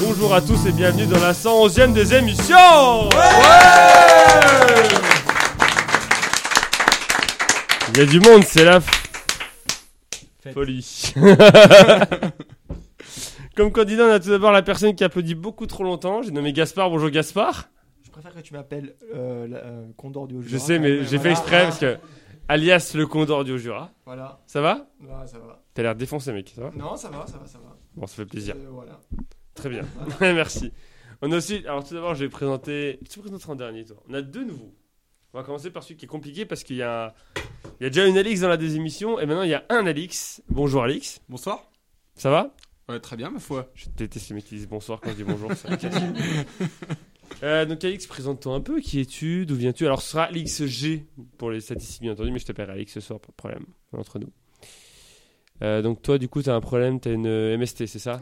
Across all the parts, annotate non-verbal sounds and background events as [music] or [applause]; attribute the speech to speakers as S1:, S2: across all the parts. S1: Bonjour à tous et bienvenue dans la 111e des émissions Il y a du monde, c'est la f- folie. [laughs] Comme candidat, on a tout d'abord la personne qui applaudit beaucoup trop longtemps. J'ai nommé Gaspard. Bonjour Gaspard.
S2: Je préfère que tu m'appelles euh, la- euh, Condor du Haut-Jura.
S1: Je sais, mais j'ai fait exprès parce que alias le Condor du Haut-Jura.
S2: Voilà,
S1: Ça va
S2: Voilà, ça va.
S1: T'as l'air défoncé, mec. Ça va
S2: Non, ça va, ça va, ça va.
S1: Bon, ça fait plaisir.
S2: Euh, voilà.
S1: Très bien, [laughs] merci. On a aussi, alors tout d'abord, je vais présenter. Tu présenteras en dernier, toi. On a deux nouveaux. On va commencer par celui qui est compliqué parce qu'il y a, il y a déjà une Alix dans la désémission et maintenant il y a un Alix. Bonjour Alix,
S3: Bonsoir.
S1: ça va
S3: Ouais, très bien, ma foi.
S1: Je déteste les mecs qui disent bonsoir quand je dis bonjour. ça me casse. Euh, donc Alix, présente-toi un peu. Qui es-tu D'où viens-tu Alors ce sera Alix G pour les statistiques, bien entendu, mais je t'appelle Alix ce soir, pas de problème, entre nous. Euh, donc toi, du coup, t'as un problème, t'as une euh, MST, c'est ça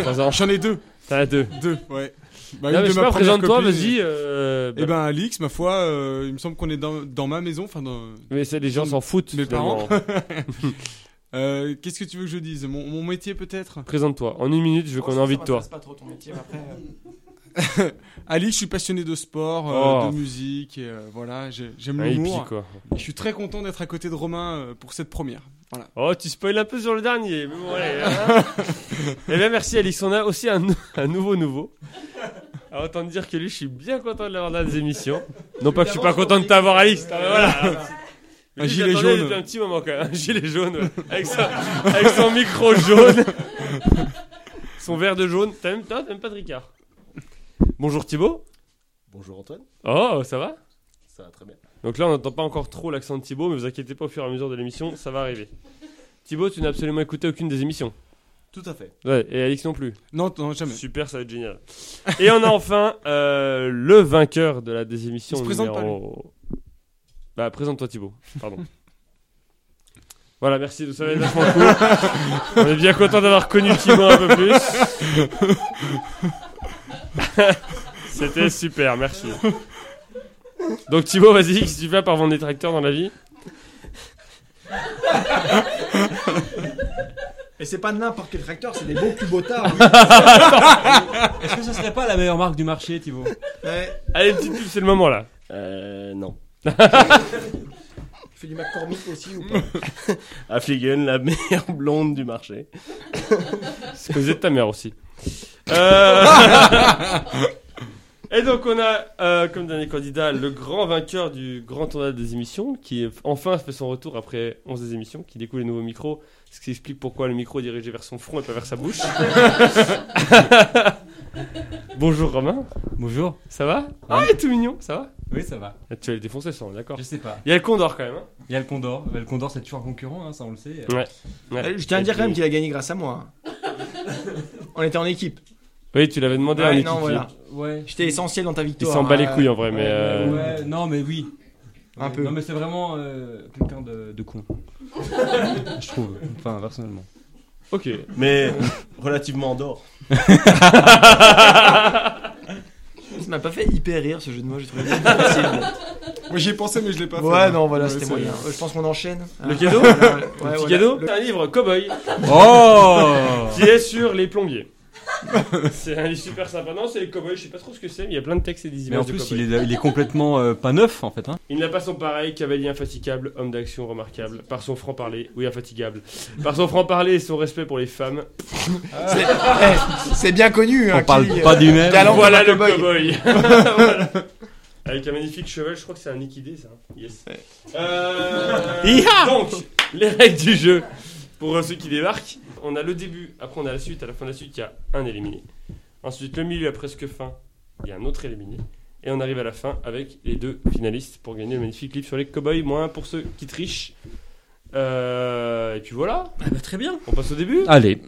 S1: Trois ans.
S3: J'en ai deux.
S1: T'en as deux.
S3: Deux, ouais. Bah,
S1: Non, mais
S3: une de
S1: je sais
S3: ma
S1: pas,
S3: première
S1: présente-toi,
S3: copine
S1: vas-y. euh,
S3: Et,
S1: bah,
S3: et ben, Alix, ma foi, euh, il me semble qu'on est dans, dans ma maison. Enfin, dans.
S1: mais ça, les gens s'en foutent.
S3: Mes
S1: finalement.
S3: [laughs] Euh, Qu'est-ce que tu veux que je dise mon, mon métier, peut-être
S1: Présente-toi. En une minute, je veux qu'on ait
S2: a
S1: envie de toi.
S2: pas trop ton métier, mais après. euh,
S3: Alix, je suis passionné de sport, euh,
S1: Oh. Ah,
S3: de musique, et, euh, voilà, j'ai- j'aime
S1: Un hippie,
S3: l'humour.
S1: quoi.
S3: Je suis très content d'être à côté de Romain euh, pour cette première. Voilà.
S1: Oh, tu spoil un peu sur le dernier. Mais bon, allez. hein.
S3: [laughs]
S1: Eh bien, merci, Alix. On a aussi un, [laughs] nou- un nouveau nouveau. Alors, autant te dire que lui, je suis bien content de l'avoir dans les émissions. Non pas que je suis pas content de t'avoir, Alix. Non, mais voilà.
S2: [laughs]
S3: Un
S1: Lui,
S3: gilet
S1: j'attendais
S3: jaune.
S1: depuis Un petit moment, quand même. Un gilet jaune, ouais. avec, son, avec son micro
S3: [laughs]
S1: jaune. Son verre de jaune. T'as même, t'as même pas de Ricard. Bonjour, Thibaut.
S4: [laughs] Bonjour Antoine,
S1: Oh, ça va
S4: ça va très bien.
S1: Donc là, on n'entend pas encore trop l'accent de Thibaut, mais vous inquiétez pas, au fur et à mesure de l'émission, ça va arriver. Thibaut, tu n'as absolument écouté aucune des émissions.
S4: Tout à fait.
S1: Ouais, et Alix non plus.
S3: Non, non, jamais.
S1: Super, ça va être génial. Et on a enfin euh, le vainqueur de la désémission.
S3: Il se présente pas,
S1: numéro... Bah, présente-toi Thibaut, pardon. [laughs] voilà, merci, vous savez,
S3: [laughs]
S1: vachement cool. on est bien content d'avoir connu Thibaut un peu plus. [laughs] C'était super, merci. Donc Thibaut, vas-y, qu'est-ce que tu fais par vendre des tracteurs dans la vie
S2: Et c'est pas n'importe quel tracteur, c'est des beaux
S1: [laughs]
S2: cubotards. [laughs]
S5: Est-ce que ça serait pas la meilleure marque du marché, Thibaut
S2: ouais.
S1: Allez, petite pub, c'est le moment là.
S4: Euh, non.
S2: Tu fais du McCormick aussi ou pas
S4: À Fliegen, la meilleure blonde du marché.
S1: C'est causé de ta mère aussi. Euh, Et donc on a euh, comme dernier candidat le grand vainqueur du grand tournoi des émissions qui est- enfin fait son retour après 11 des émissions, qui découle les nouveaux micros, ce qui explique pourquoi le micro est dirigé vers son front et pas vers sa bouche. [laughs] Bonjour Romain,
S5: Bonjour.
S1: ça va Ah il est tout mignon, ça va
S5: Oui, ça va.
S1: Ah, Tu vas le défoncer ça, on est d'accord.
S5: Je sais pas.
S1: Il y a le Condor quand même. hein.
S5: Il y a le Condor. Bah, le Condor, c'est toujours un concurrent, hein, ça on le sait.
S1: Ouais.
S2: Je tiens à dire quand même qu'il a gagné grâce à moi. hein.
S1: [laughs]
S2: On était en équipe.
S1: Oui, tu l'avais demandé à un
S2: Ouais,
S1: équipier.
S2: non, voilà.
S5: Ouais.
S2: J'étais essentiel dans ta
S1: Il
S2: victoire.
S1: s'en bat les
S2: hein.
S1: couilles en vrai, mais... euh,
S5: Ouais, non, mais oui.
S2: Un
S5: Ouais,
S2: peu.
S5: Non, mais c'est vraiment euh, quelqu'un de, de con. Je trouve. Enfin, personnellement.
S1: Ok,
S4: Mais relativement d'or.
S2: Ça m'a pas fait hyper rire ce jeu de mots, j'ai [laughs] trouvé bien facile.
S3: Moi, j'y ai pensé, mais je l'ai pas fait.
S2: Ouais, non, voilà, c'était
S3: c'est-
S2: moyen. Euh, Je pense qu'on enchaîne.
S1: Le
S2: Ah.
S1: cadeau
S2: Voilà, [laughs]
S1: Le
S2: ouais,
S1: petit
S2: voilà.
S1: cadeau
S2: Le-
S1: C'est un livre Cowboy
S3: [laughs]
S5: Oh
S1: qui est sur les plombiers. c'est un livre super sympa. Non, c'est les cowboys, je sais pas trop ce que c'est, mais il y a plein de textes et des
S5: Mais en
S1: images de
S5: plus,
S1: cowboys.
S5: il est, il est complètement euh, pas neuf en fait. Hein.
S1: Il n'a pas son pareil, cavalier infatigable, homme d'action remarquable, par son franc-parler, oui, infatigable, par son franc-parler et son respect pour les femmes.
S2: C'est eh, c'est bien connu. hein,
S5: On parle
S2: qui-
S5: pas du même.
S2: Galant.
S1: voilà le
S2: comme un
S1: cowboy Voilà. Avec un magnifique cheval, je crois que c'est un équidé, ça. Yes. Euh, donc, les règles du jeu. Pour euh, ceux qui débarquent, on a le début, après on a la suite, à la fin de la suite, il y a un éliminé. Ensuite, le milieu à presque fin, il y a un autre éliminé. Et on arrive à la fin avec les deux finalistes pour gagner le magnifique livre sur les cowboys, moins un pour ceux qui trichent. Euh, et puis voilà,
S5: Ah bah, très bien.
S1: on passe au début.
S5: Allez.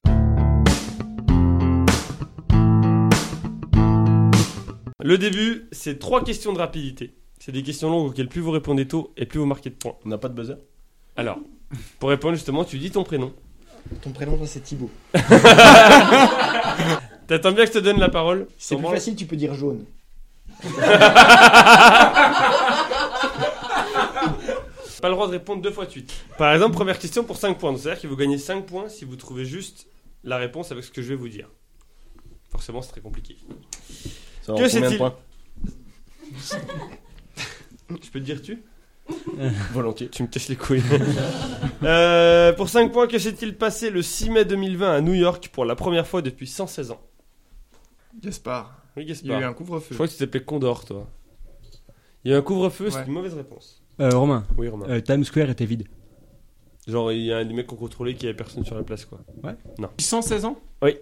S1: Le début, c'est trois questions de rapidité. C'est des questions longues auxquelles plus vous répondez tôt et plus vous marquez de points.
S4: On n'a pas de buzzer
S1: Alors, pour répondre justement, tu dis ton prénom.
S2: Ton prénom, toi, c'est Thibaut.
S1: T'attends bien que je te donne la parole.
S2: C'est plus
S1: Comment-
S2: facile, tu peux dire jaune.
S1: Pas le droit de répondre deux fois de suite. Par exemple, première question pour 5 points. Donc, C'est-à-dire que vous gagnez 5 points si vous trouvez juste la réponse avec ce que je vais vous dire. Forcément, c'est très compliqué. Que
S4: Ça va en combien de
S1: sait-il
S4: points
S1: Je peux te dire tu
S4: [laughs] Volontiers.
S1: Tu me casses les couilles. [laughs] Euh, pour 5 points, que s'est-il passé le 6 mai 2020 à New York pour la première fois depuis 116 ans
S2: Gaspard.
S1: Oui,
S2: Il y a eu
S1: Gaspard.
S2: un couvre-feu.
S1: Je crois que tu t'appelais Condor, toi. Il y a eu un couvre-feu, c'est
S2: Ouais.
S1: une mauvaise réponse.
S5: Euh, Romain,
S1: Oui, Romain.
S5: euh, Times Square était vide.
S1: Genre, il y a un des mecs qui ont contrôlé qu'il n'y avait personne sur la place, quoi.
S3: 116 ans
S1: Oui.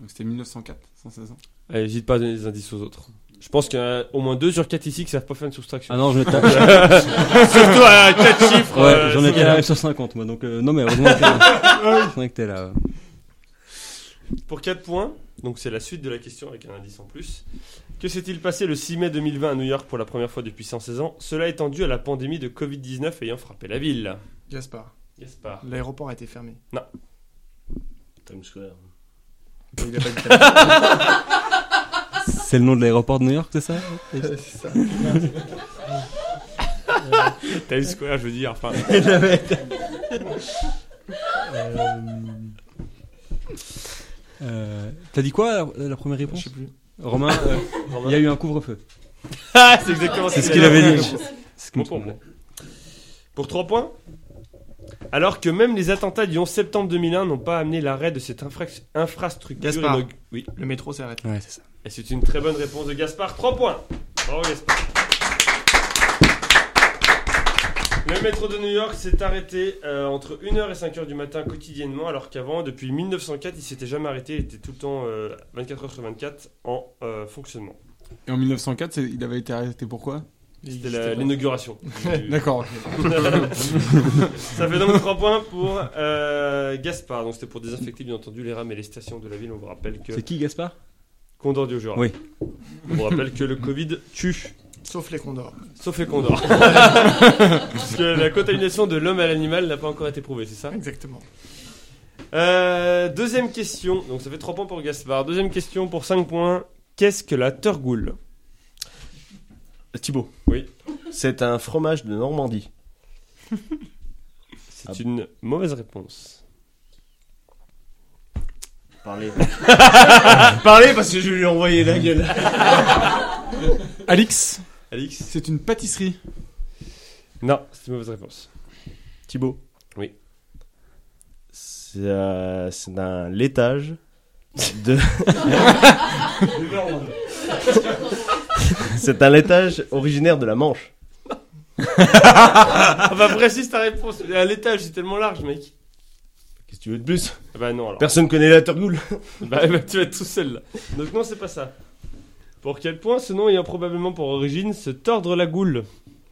S3: Donc c'était 1904, 116 ans.
S1: Allez, N'hésite pas à donner des indices aux autres. Je pense qu'il y en a au moins 2 sur 4 ici qui savent pas faire une soustraction.
S5: Ah non, je me [laughs] tape.
S1: Surtout à 4 chiffres.
S5: Ouais,
S1: euh,
S5: j'en
S1: c'est
S5: étais
S1: bien.
S5: à la 150 moi, donc euh, non mais heureusement que t'es là. Heureusement que t'es là. ouais.
S1: Pour 4 points, donc c'est la suite de la question avec un indice en plus. Que s'est-il passé le 6 mai 2020 à New York pour la première fois depuis 116 ans Cela étant dû à la pandémie de Covid-19 ayant frappé la ville.
S2: Gaspard.
S1: Gaspard.
S2: L'aéroport a été [laughs] fermé.
S4: Times Square.
S2: Il a pas dit ça.
S5: C'est le nom de l'aéroport de New York, c'est ça
S2: C'est ça.
S1: Times Square, je veux dire. Enfin,
S5: Euh, T'as dit quoi la, la première réponse Je sais plus. Romain,
S1: [laughs]
S5: euh, il y a eu un couvre-feu.
S1: ah, [laughs] c'est exactement
S5: C'est ce qu'il avait dit.
S1: C'est bon pour moi. Pour 3 points alors que même les attentats du 11 septembre 2001 n'ont pas amené l'arrêt de cette infrac- infrastructure.
S2: Gaspard.
S1: inaug- Oui.
S2: Le métro s'est arrêté.
S5: Ouais, c'est ça.
S1: Et c'est une très bonne réponse de Gaspard. 3 points. Bravo Gaspard. Le métro de New York s'est arrêté euh, entre 1h et 5h du matin quotidiennement, alors qu'avant, depuis 1904, il s'était jamais arrêté. Il était tout le temps euh, 24h sur 24 en euh, fonctionnement.
S3: Et en 1904, c'est- il avait été arrêté pourquoi
S1: C'était la- l'inauguration.
S3: [laughs]
S1: du-
S3: D'accord. ok.
S1: [laughs] Ça fait donc 3 points pour euh, Gaspard. Donc c'était pour désinfecter bien entendu les rames et les stations de la ville. On vous rappelle que
S5: C'est qui Gaspard
S1: Condor du Jura.
S5: Oui.
S1: On vous rappelle que le Covid tue.
S2: Sauf les condors.
S1: Sauf les condors. Parce que la contamination de l'homme à l'animal n'a pas encore été prouvée, c'est ça
S2: Exactement.
S1: Euh, Deuxième question, donc ça fait 3 points pour Gaspard. Deuxième question pour 5 points. Qu'est-ce que la turgoule
S4: Euh, Thibaut.
S1: Oui.
S4: C'est un fromage de Normandie.
S1: C'est
S4: Ah.
S1: une mauvaise réponse.
S4: Parlez. [laughs] Parlez parce que je lui ai envoyé la gueule.
S3: Alix,
S1: Alix
S3: c'est une pâtisserie.
S1: Non, c'est une mauvaise réponse.
S4: Thibaut.
S1: Oui.
S4: C'est euh, c'est un laitage [laughs] de. C'est un laitage originaire de la Manche.
S1: Ah bah précise ta réponse. À l'étage, c'est tellement large, mec.
S4: Qu'est-ce que tu veux de plus
S1: Ah bah non, alors.
S4: Personne connaît la Turgoule.
S1: [laughs] Bah, bah, tu vas être tout seul là. Donc non, c'est pas ça. Pour quel point ce nom ayant probablement pour origine se tordre la goule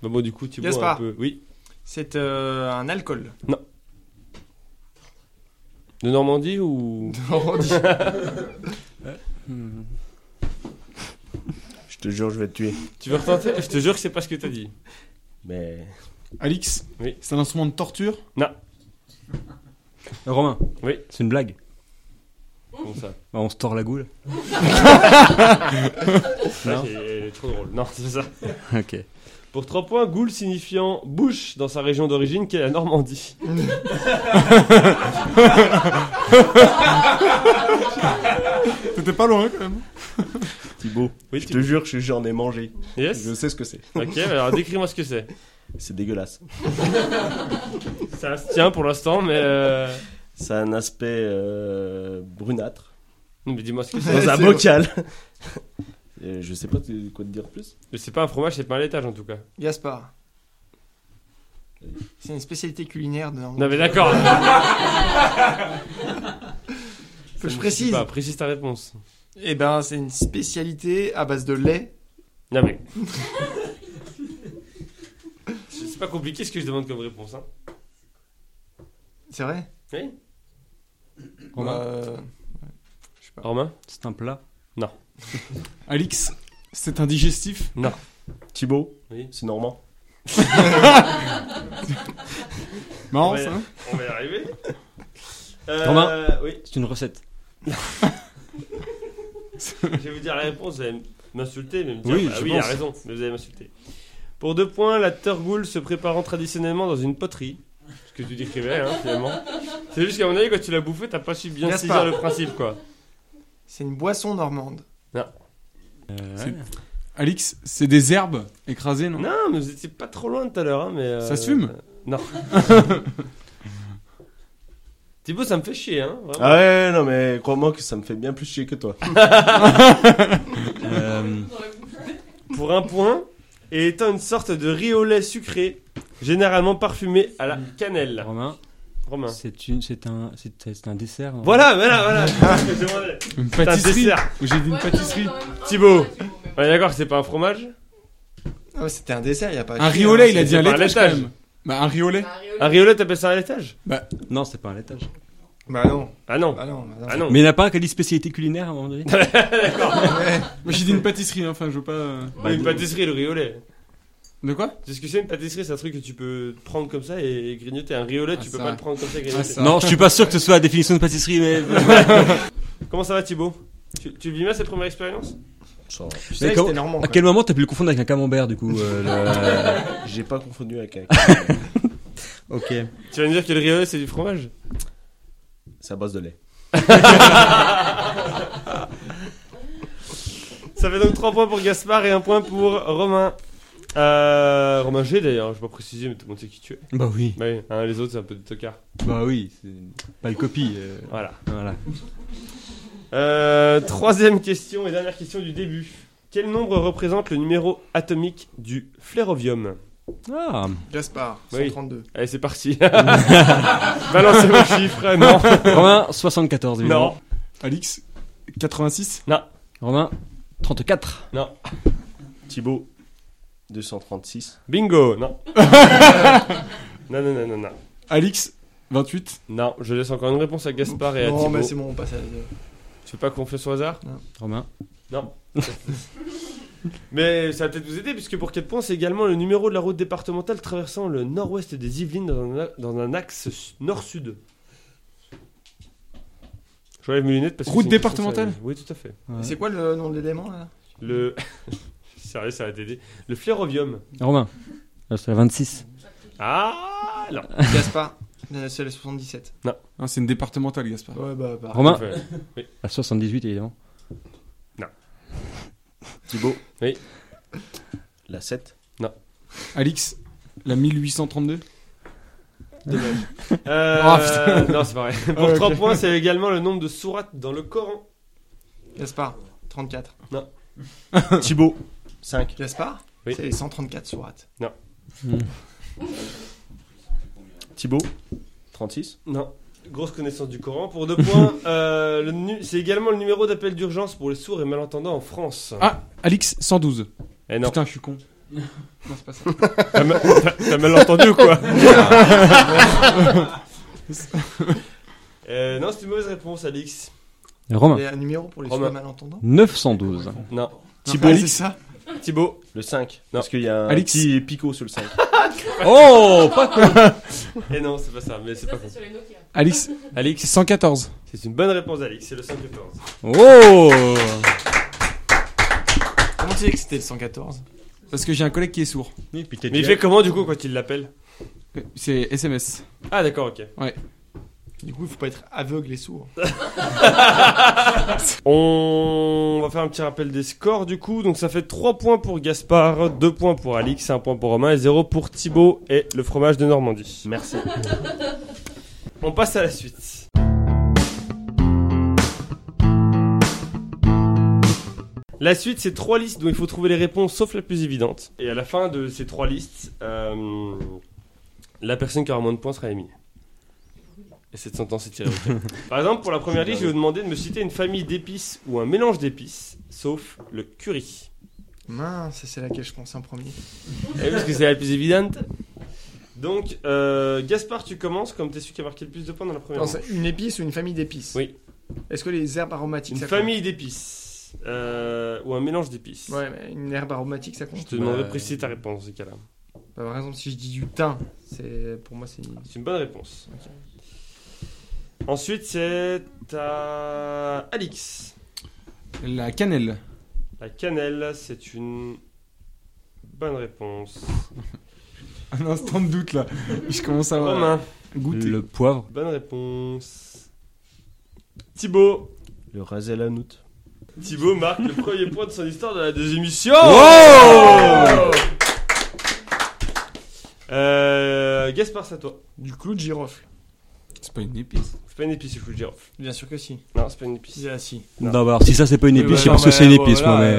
S1: Bah bon, du coup, tu vois un
S2: Gaspard.
S1: peu. Oui.
S2: C'est euh, un alcool.
S1: De Normandie ou Hmm.
S4: Je te jure, je vais te tuer.
S1: Tu veux retenter Je te jure que c'est pas ce que t'as dit.
S4: Mais.
S3: Alix,
S1: Oui.
S3: c'est un instrument de torture.
S5: Euh, Romain.
S1: Oui.
S5: C'est une blague.
S1: Comment ça
S5: Bah, on se tord la goule.
S1: Ça, c'est elle est trop drôle. Non, c'est pas ça.
S5: [laughs] Ok.
S1: Pour 3 points, goule signifiant bouche dans sa région d'origine qui est la Normandie.
S3: T'étais pas loin quand même.
S4: Thibaut,
S1: Oui,
S4: je te jure, je- j'en ai mangé.
S1: Yes
S4: Je sais ce que c'est.
S1: Ok, bah, alors décris-moi ce que c'est.
S4: C'est dégueulasse.
S1: Ça se tient pour l'instant, mais. euh,
S4: Ça a un aspect euh, brunâtre.
S1: Non, mais dis-moi ce que c'est.
S4: Dans un bocal. [laughs] Euh, je sais pas te- quoi te dire de plus.
S1: Mais C'est pas un fromage, c'est pas un laitage en tout cas.
S2: Gaspard. C'est une spécialité culinaire de Normandie.
S1: Non, mais d'accord.
S2: Faut que
S1: Ça
S2: je
S1: ne
S2: précise.
S1: suffit pas, précise ta réponse.
S2: Eh ben, c'est une spécialité à base de lait.
S1: Non, mais. [laughs] c'est pas compliqué ce que je demande comme réponse. Hein.
S2: C'est vrai
S1: Oui
S5: Romain.
S2: Euh,
S3: Bah,
S1: Romain
S5: C'est un plat.
S3: Alix, c'est un digestif.
S4: Thibaut,
S1: Oui.
S4: c'est normand.
S3: Marrant
S1: Ouais.
S3: ça. hein
S1: On va y arriver. Euh,
S5: Romain
S1: Oui.
S5: C'est une recette.
S1: Je vais vous dire la réponse, vous allez m'insulter, mais me dire,
S5: Oui,
S1: bah
S5: je
S1: oui, il
S5: pense.
S1: a raison, mais vous allez m'insulter. Pour deux points, la turgoule se préparant traditionnellement dans une poterie, ce que tu décrivais, hein, finalement. C'est juste qu'à mon avis, quand tu l'as bouffé, t'as pas su bien
S2: Gaspard.
S1: saisir le principe, quoi.
S2: C'est une boisson normande.
S5: Euh,
S3: Alix, c'est des herbes écrasées, non
S1: Non, mais vous étiez pas trop loin tout à l'heure. hein, mais, euh,
S3: Ça se
S1: euh,
S3: fume [laughs]
S1: Non. Thibaut, ça me fait chier, hein. vraiment.
S4: Ah ouais, non, mais crois-moi que ça me fait bien plus chier que toi.
S5: Euh,
S1: Pour un point, et étant une sorte de riz au lait sucré, généralement parfumé à la cannelle.
S5: Romain,
S1: Romain.
S5: c'est une, c'est un, c'est c'est un dessert. hein.
S1: Voilà, voilà, [laughs] voilà. c'est ce que je demandais.
S3: Une
S1: C'est un
S3: pâtisserie
S1: dessert.
S3: J'ai dit une
S6: Ouais, Bah, non, mais
S3: pâtisserie.
S6: quand même un
S1: Thibaut.
S6: peu, mais bon.
S1: On est d'accord, que c'est pas un fromage
S2: Ah ouais, c'était un dessert, il y a pas.
S3: Un
S2: écrit,
S3: riz au
S2: hein,
S3: lait, il a dit un
S1: pas un
S3: laitage quand
S1: laitage.
S3: même. Bah, un riz au lait.
S6: Un riz au lait.
S1: Un riz au lait, t'appelles ça un laitage
S5: Non, c'est pas un laitage.
S2: c'est- Bah non,
S1: Ah non.
S2: bah non, bah non.
S1: Ah non.
S5: Mais il n'y en a pas un qui a dit spécialité culinaire à un
S1: [laughs]
S5: moment donné
S3: Mais j'ai dit une pâtisserie, hein, enfin, je veux pas. euh,
S1: Oui, une pâtisserie, le riz au lait.
S3: De quoi
S1: C'est ce que c'est une pâtisserie, c'est un truc que tu peux prendre comme ça et grignoter. Un riz au lait,
S3: Ah,
S1: tu peux
S3: ça.
S1: pas le prendre comme ça et grignoter.
S3: ça.
S5: Non, je suis pas sûr que ce soit la définition de pâtisserie, mais.
S1: Comment ça va Thibaut tu, tu le vis bien cette première expérience
S2: Tu sais,
S5: Mais
S2: c'était
S5: comment-
S2: normand.
S5: À
S2: quoi.
S5: quel moment t'as pu le confondre avec un camembert du coup euh,
S4: [laughs] J'ai pas confondu avec un.
S5: le- Ok.
S1: Tu vas me dire que le riz au lait c'est du fromage
S4: Ça base de lait.
S1: Ça fait donc 3 points pour Gaspard et 1 point pour Romain. Euh, Romain G d'ailleurs, je vais pas préciser mais tout le monde sait qui tu es.
S5: Bah oui.
S1: Bah oui, hein, les autres c'est un peu des tocards.
S5: Bah oui, c'est pas une copie. euh,
S1: Voilà.
S5: Voilà.
S1: Euh, troisième question et dernière question du début. Quel nombre représente le numéro atomique du flérovium
S5: Ah,
S2: Gaspard,
S1: Oui.
S2: 132.
S1: Allez c'est [laughs] parti. Balancez vos chiffres, non.
S5: Romain, 74 évidemment.
S1: Non.
S3: Alix 86
S5: Romain, 34.
S4: Thibaut, 236.
S1: Bingo, non. [laughs] non, non, non, non, non.
S3: Alix 28
S1: Non, je laisse encore une réponse à Gaspard et à
S2: non,
S1: Thibaut.
S2: mais c'est bon, on passe à la deux.
S1: Tu fais pas confiance au hasard
S5: Romain.
S1: Mais ça va peut-être vous aider, puisque pour 4 points, c'est également le numéro de la route départementale traversant le nord-ouest des Yvelines dans un, dans un axe s- nord-sud. Je relève mes lunettes parce que.
S3: Route
S1: c'est une question
S3: départementale
S1: sérieuse. Oui, tout à fait.
S5: Ouais.
S2: C'est quoi le nom de l'élément là
S1: Le. [laughs] Sérieux, ça va t'aider. Le flérovium.
S5: Romain. Ah, C'est la 26.
S1: Ah Non.
S2: Gaspard, euh, c'est le 77.
S3: Ah, C'est une départementale, Gaspard.
S2: Ouais, bah, bah.
S5: Romain,
S1: Enfin,
S5: la 78 évidemment.
S4: Thibaut.
S1: Oui.
S4: La 7.
S3: Alix La 1832
S1: Dommage. Euh,
S3: [laughs] Ah,
S1: non, c'est pas vrai. Pour
S3: Ah, ok.
S1: 3 points, c'est également le nombre de sourates dans le Coran.
S2: Gaspard, 34.
S4: Thibaut, 5.
S2: Gaspard
S1: Oui.
S2: C'est les 134 sourates.
S4: Thibaut, 36.
S1: Non. Grosse connaissance du Coran. Pour deux
S3: [laughs]
S1: points, euh, le nu- c'est également le numéro d'appel d'urgence pour les sourds et malentendants en France.
S3: Ah Alix 112
S1: Eh non.
S3: Putain, je suis con.
S2: Non, c'est pas ça.
S1: T'as mal, t'as- t'as mal entendu ou quoi [laughs] Euh, Non, c'est une mauvaise réponse, Alix.
S5: Et Romain.
S2: Il y a un numéro pour les
S1: Romain.
S2: sourds malentendants
S5: 912.
S1: Non.
S4: Thibaut,
S3: Ah, c'est
S4: Alix.
S3: ça
S1: Thibaut.
S4: Le 5.
S1: Non.
S4: Parce qu'il y a un
S3: Alix.
S4: petit picot sur le 5.
S5: Oh, pas con.
S1: Eh non, c'est pas ça, mais c'est
S6: Ça,
S1: pas
S6: c'est
S1: con.
S6: sur les Nokia.
S3: Alix
S1: Alix.
S3: 114
S1: C'est une bonne réponse, Alix. C'est le 514.
S5: Oh
S2: Comment tu sais que c'était le 114
S3: Parce que j'ai un collègue qui est sourd.
S1: Mais il fait comment du coup quand il l'appelle
S3: C'est SMS.
S1: Ah, d'accord, ok.
S2: Du coup, il faut pas être aveugle et sourd.
S1: On va faire un petit rappel des scores du coup. Donc ça fait 3 points pour Gaspard, 2 points pour Alix, 1 point pour Romain et 0 pour Thibaut et le fromage de Normandie.
S4: Merci.
S1: On passe à la suite. La suite, c'est trois listes dont il faut trouver les réponses sauf la plus évidente. Et à la fin de ces trois listes, euh, la personne qui aura moins de points sera émise. Et cette sentence est tirée au [laughs] cas. Par exemple, pour la première liste, je vais vous demander de me citer une famille d'épices ou un mélange d'épices, sauf le curry.
S2: Mince, c'est laquelle je pense en premier.
S1: Eh oui, Parce que c'est la plus évidente. Donc, euh, Gaspard, tu commences comme t'es celui qui a marqué le plus de points dans la première.
S2: Non, c'est une épice ou une famille d'épices
S1: Oui.
S2: Est-ce que les herbes aromatiques
S1: Une
S2: ça
S1: famille d'épices. euh, ou un mélange d'épices.
S2: compte Ouais, Bah, mais une herbe aromatique ça compte.
S1: Je te demanderai de préciser ta réponse dans ces cas-là.
S2: Bah, par exemple, si je dis du thym, c'est pour moi c'est
S1: C'est une bonne réponse. Ensuite, c'est à Alix.
S3: La cannelle.
S1: La cannelle, c'est une bonne réponse.
S3: Un instant de
S1: [laughs]
S3: doute là. Je commence à avoir
S1: Romain,
S3: goûter.
S5: Le poivre.
S1: bonne réponse. Thibaut,
S4: Le Razel Hanout.
S1: Thibaut marque le premier point de son histoire de la deuxième émission.
S4: Wow
S1: euh, Gaspard, c'est à toi.
S2: Du clou de girofle.
S3: C'est pas une épice.
S1: C'est pas une épice, il faut le dire.
S2: Bien sûr que si.
S1: Non, c'est pas une épice.
S2: Si, ah, si. Euh,
S5: Non, bah alors si ça c'est pas une épice, je sais pas ce que c'est une épice moi, mais.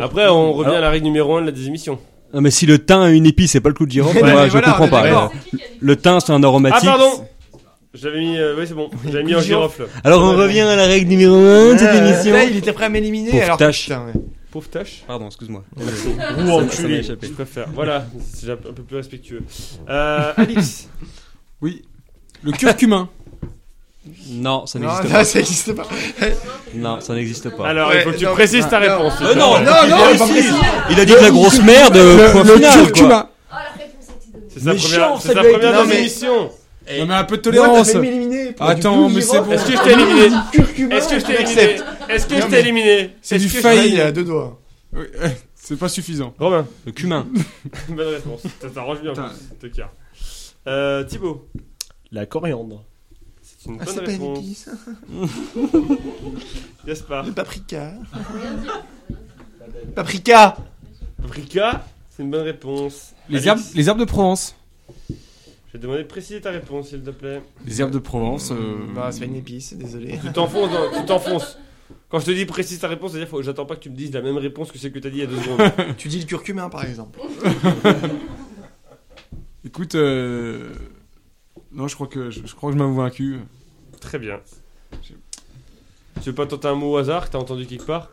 S2: Ah,
S1: Après, on revient à la règle numéro 1 de la désémission.
S5: Non, mais si le thym a une épice, c'est pas le clou de girofle,
S3: Ouais,
S5: moi
S3: mais
S5: je
S3: voilà,
S5: comprends
S3: on est
S5: pas.
S3: d'accord.
S5: Le thym c'est un
S1: Ah,
S5: aromatique.
S1: pardon J'avais mis. euh, oui, c'est bon. J'avais mis en girofle.
S5: Alors on revient à la règle numéro 1 de cette émission.
S2: Là, Euh, il était prêt à m'éliminer.
S5: Pauvre
S2: alors que,
S5: tâche.
S2: putain, ouais.
S1: Pauvre tâche.
S5: Pardon, excuse-moi.
S1: Ou enculé.
S5: échappé.
S1: Je préfère. Voilà, c'est déjà un peu plus respectueux. Euh, Alix,
S3: Oui. Le curcumin.
S5: Non, ça
S2: Non,
S5: n'existe
S2: non,
S5: pas.
S2: ça n'existe pas.
S5: Non, ça n'existe pas.
S1: alors il
S2: Ouais,
S1: faut que tu
S2: non,
S1: précises ta
S2: non.
S1: réponse.
S5: Euh, non,
S2: Non, non,
S5: il,
S2: ici.
S5: il a dit de la grosse merde.
S3: [laughs]
S5: euh,
S3: Le,
S5: point
S3: le
S5: final, quoi.
S3: curcuma.
S6: Ah, la réponse a été donnée.
S1: C'est sa
S5: Méchant,
S1: première, c'est sa
S5: celui-là, il-
S1: première
S2: non, mais-
S1: démission.
S3: Non, mais un peu de tolérance. Attends, mais c'est bon.
S1: Est-ce que je t'ai éliminé Est-ce que je t'ai éliminé Est-ce que je
S2: Non,
S1: t'ai
S2: mais-
S1: éliminé
S3: C'est
S1: Est-ce
S3: du
S1: que je-
S3: fail.
S2: Il a deux doigts.
S3: Oui, euh, C'est pas suffisant.
S1: Romain,
S5: Le cumin.
S1: [laughs] bonne réponse. Ça t'arrange bien,
S3: Putain.
S1: Tokar. Euh, Thibaut,
S4: La coriandre.
S1: c'est une
S2: Ah,
S1: bonne
S2: c'est pas une
S1: réponse.
S2: épice.
S5: hein.
S1: Gaspard,
S2: Le [laughs] paprika. paprika.
S1: paprika, c'est une bonne réponse. Alix,
S3: Les herbes, les herbes de Provence.
S1: Je vais te demander de préciser ta réponse, s'il te plaît.
S3: Les herbes de Provence. euh,
S1: Bah,
S2: Non, Bah, c'est pas une épice, désolé.
S1: Tu t'enfonces, dans- tu t'enfonces. Quand je te dis précise ta réponse, c'est-à-dire faut- j'attends pas que tu me dises la même réponse que celle que t'as dit il y a deux secondes.
S2: [laughs] tu dis le curcumin par exemple.
S3: Écoute, euh, non, je crois que je, je crois que je m'avoue vaincu.
S1: Très bien. Tu veux pas tenter un mot au hasard que t'as entendu quelque part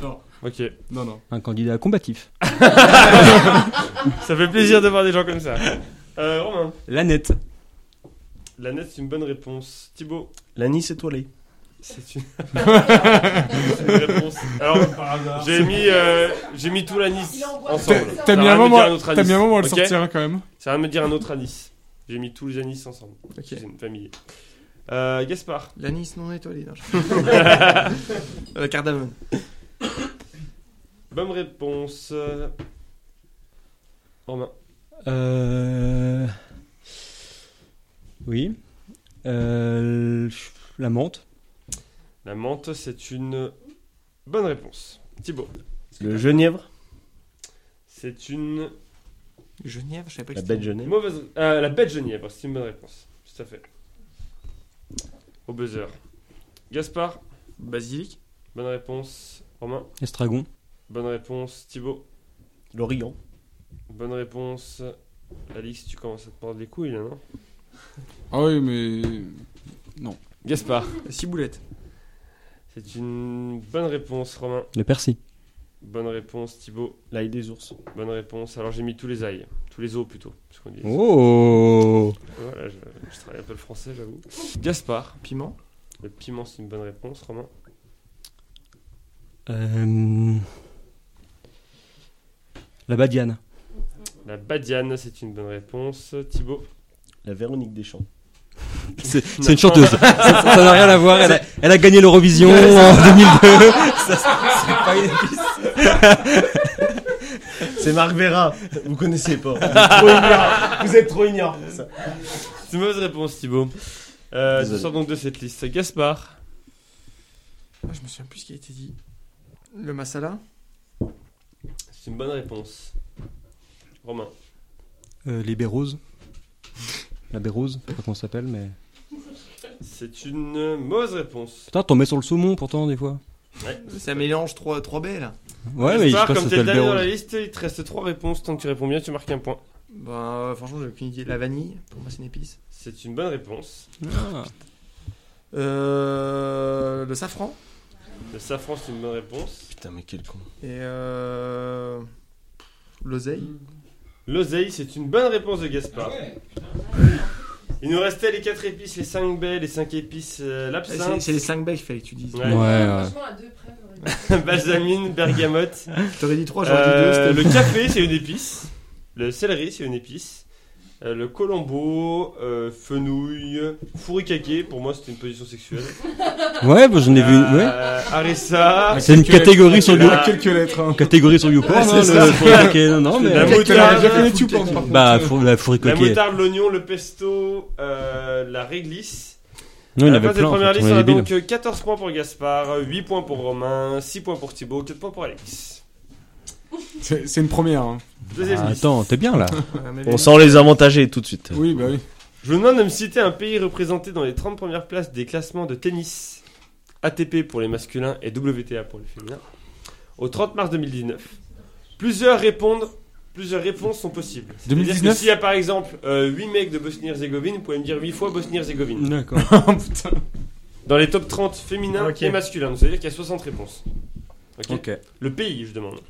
S3: Non.
S1: Ok.
S3: Non, non.
S5: Un candidat combatif.
S1: Ça fait plaisir de voir des gens comme ça. Euh, Romain,
S5: La nette.
S1: la nette, c'est une bonne réponse. Thibaut,
S4: L'anis étoilé.
S1: c'est une... [laughs] c'est une réponse. Alors, j'ai mis, euh, j'ai mis tout l'anis
S6: Il envoie-
S1: ensemble.
S6: T'as-
S3: T'as
S1: Ça
S3: mis
S1: va
S3: un
S1: me
S3: moment,
S1: dire autre
S3: t'as mis un
S1: anis,
S3: moment à le
S1: ok
S3: sortir hein, quand même.
S1: Ça va me dire un autre anis. J'ai mis tous les anis ensemble. C'est une famille. Euh, Gaspard,
S2: L'anis non étoilé. [laughs] Non, je- Euh, cardamone.
S1: bonne réponse. Euh, Romain,
S5: Euh... Oui. Euh... La menthe.
S1: la menthe, c'est une bonne réponse. Thibaut,
S4: Le genièvre.
S1: c'est une
S2: Genève, je savais pas que
S4: La
S2: c'était-
S4: bête genièvre.
S1: Mauvaise... euh, la bête Genièvre, c'est une bonne réponse. Tout à fait. Au buzzer. Gaspard,
S2: Basilic.
S1: bonne réponse. Romain,
S5: Estragon.
S1: bonne réponse. Thibaut,
S4: L'Orient.
S1: bonne réponse. Alix, tu commences à te prendre les couilles là, non
S3: Ah oui, mais
S1: Gaspard,
S2: Ciboulette.
S1: c'est une bonne réponse. Romain,
S5: Le persil.
S1: bonne réponse. Thibaut,
S4: L'ail des ours.
S1: bonne réponse. Alors j'ai mis tous les ails, tous les os plutôt. parce qu'on dit.
S5: Oh
S1: Voilà, je, je travaille un peu le français, j'avoue. Gaspard,
S2: Piment.
S1: le piment, c'est une bonne réponse. Romain,
S5: euh... La badiane.
S1: la badiane, c'est une bonne réponse. Thibaut,
S4: La Véronique Deschamps.
S5: [laughs] C'est c'est une chanteuse. [laughs] ça ça- ça n'a rien à voir. Elle a, elle a gagné [laughs] l'Eurovision en 2002. Ça, c'est pas une épice.
S4: C'est Marc Vera. Vous connaissez pas. Vous êtes trop ignorants. Vous êtes trop ignorants pour ça.
S1: C'est une mauvaise réponse, Thibaut. Euh, tu
S4: Désolé.
S1: sors donc de cette liste. Gaspard,
S2: Ah, je me souviens plus ce qui a été dit. Le masala.
S1: c'est une bonne réponse. Romain,
S5: Euh, les béroses. La bérose, je sais pas comment ça s'appelle, mais.
S1: c'est une mauvaise réponse.
S5: Putain, t'en mets sur le saumon pourtant des fois.
S1: Ouais.
S2: Ça mélange trois, trois baies là.
S5: Ouais, mais je
S1: Gaspard,
S5: pense que
S1: comme
S5: ça
S1: t'es le
S5: s'appelle
S1: dernier dans la
S5: bérose.
S1: liste, il te reste 3 réponses. Tant que tu réponds bien, tu marques un point.
S2: Bah, franchement, j'ai aucune idée. La vanille, pour moi, c'est une épice.
S1: C'est une bonne réponse.
S5: Ah.
S2: Euh, le safran.
S1: Le safran, c'est une bonne réponse.
S4: Putain, mais quel con.
S2: Et euh, l'oseille.
S1: L'oseille, c'est une bonne réponse de Gaspard. Il nous restait les 4 épices, les 5 baies, les 5 épices, euh,
S2: C'est
S1: l'absinthe,
S2: c'est les 5 baies qu'il fallait que tu dises.
S1: Ouais.
S6: Franchement, à deux près, euh, j'aurais
S1: [laughs]
S6: dit.
S1: balsamine, bergamote.
S2: Je T'aurais dit 3, j'aurais
S1: Euh,
S2: dit 2.
S1: le café, c'est une épice. Le céleri, c'est une épice. Euh, le colombo, euh, fenouil, furikake, pour moi c'était une position sexuelle.
S5: Ouais, bah, j'en ai vu une. Ouais.
S1: Euh,
S3: Ah,
S1: harissa,
S5: C'est une catégorie sur
S1: la-
S5: You-
S3: À quelques lettres. hein.
S5: catégorie sur YouPorn.
S3: c'est
S5: hein, le-
S3: ça.
S5: faut le [laughs] cliquer, non, non, mais. euh,
S1: La
S3: Quelques
S1: moutarde,
S3: lettres, j'ai fait des
S2: full
S3: tuporn, hein, par
S2: cake.
S3: contre.
S5: Bah, faut- la fourrée
S1: la
S5: coquée.
S1: moutarde, l'oignon, le pesto, euh, la réglisse,
S5: Non,
S1: À
S5: il y en
S1: la
S5: avait
S1: place des
S5: plein. En
S1: premières
S5: fait.
S1: listes,
S5: On
S1: on a
S5: est débiles.
S1: donc euh, 14 points pour Gaspard, 8 points pour Romain, 6 points pour Thibaut, 4 points pour Alex.
S3: C'est c'est une première. hein.
S1: Deuxième
S5: Ah,
S1: liste.
S5: attends, t'es bien là. Euh,
S4: On sent les avantager tout de suite.
S3: Oui, bah oui.
S1: Je vous demande de me citer un pays représenté dans les 30 premières places des classements de tennis. ATP pour les masculins et WTA pour les féminins. Au 30 mars 2019. Plusieurs, répondent, plusieurs réponses sont possibles. C'est-à-dire que
S3: 2019?
S1: S'il y a par exemple 8 mecs de Bosnie-Herzégovine, vous pouvez me dire 8 fois Bosnie-Herzégovine.
S5: [laughs] D'accord.
S1: Dans les top 30 féminins
S2: Ok.
S1: et masculins. Donc, C'est-à-dire qu'il y a 60 réponses. Ok.
S5: Ok.
S1: Le pays, je demande.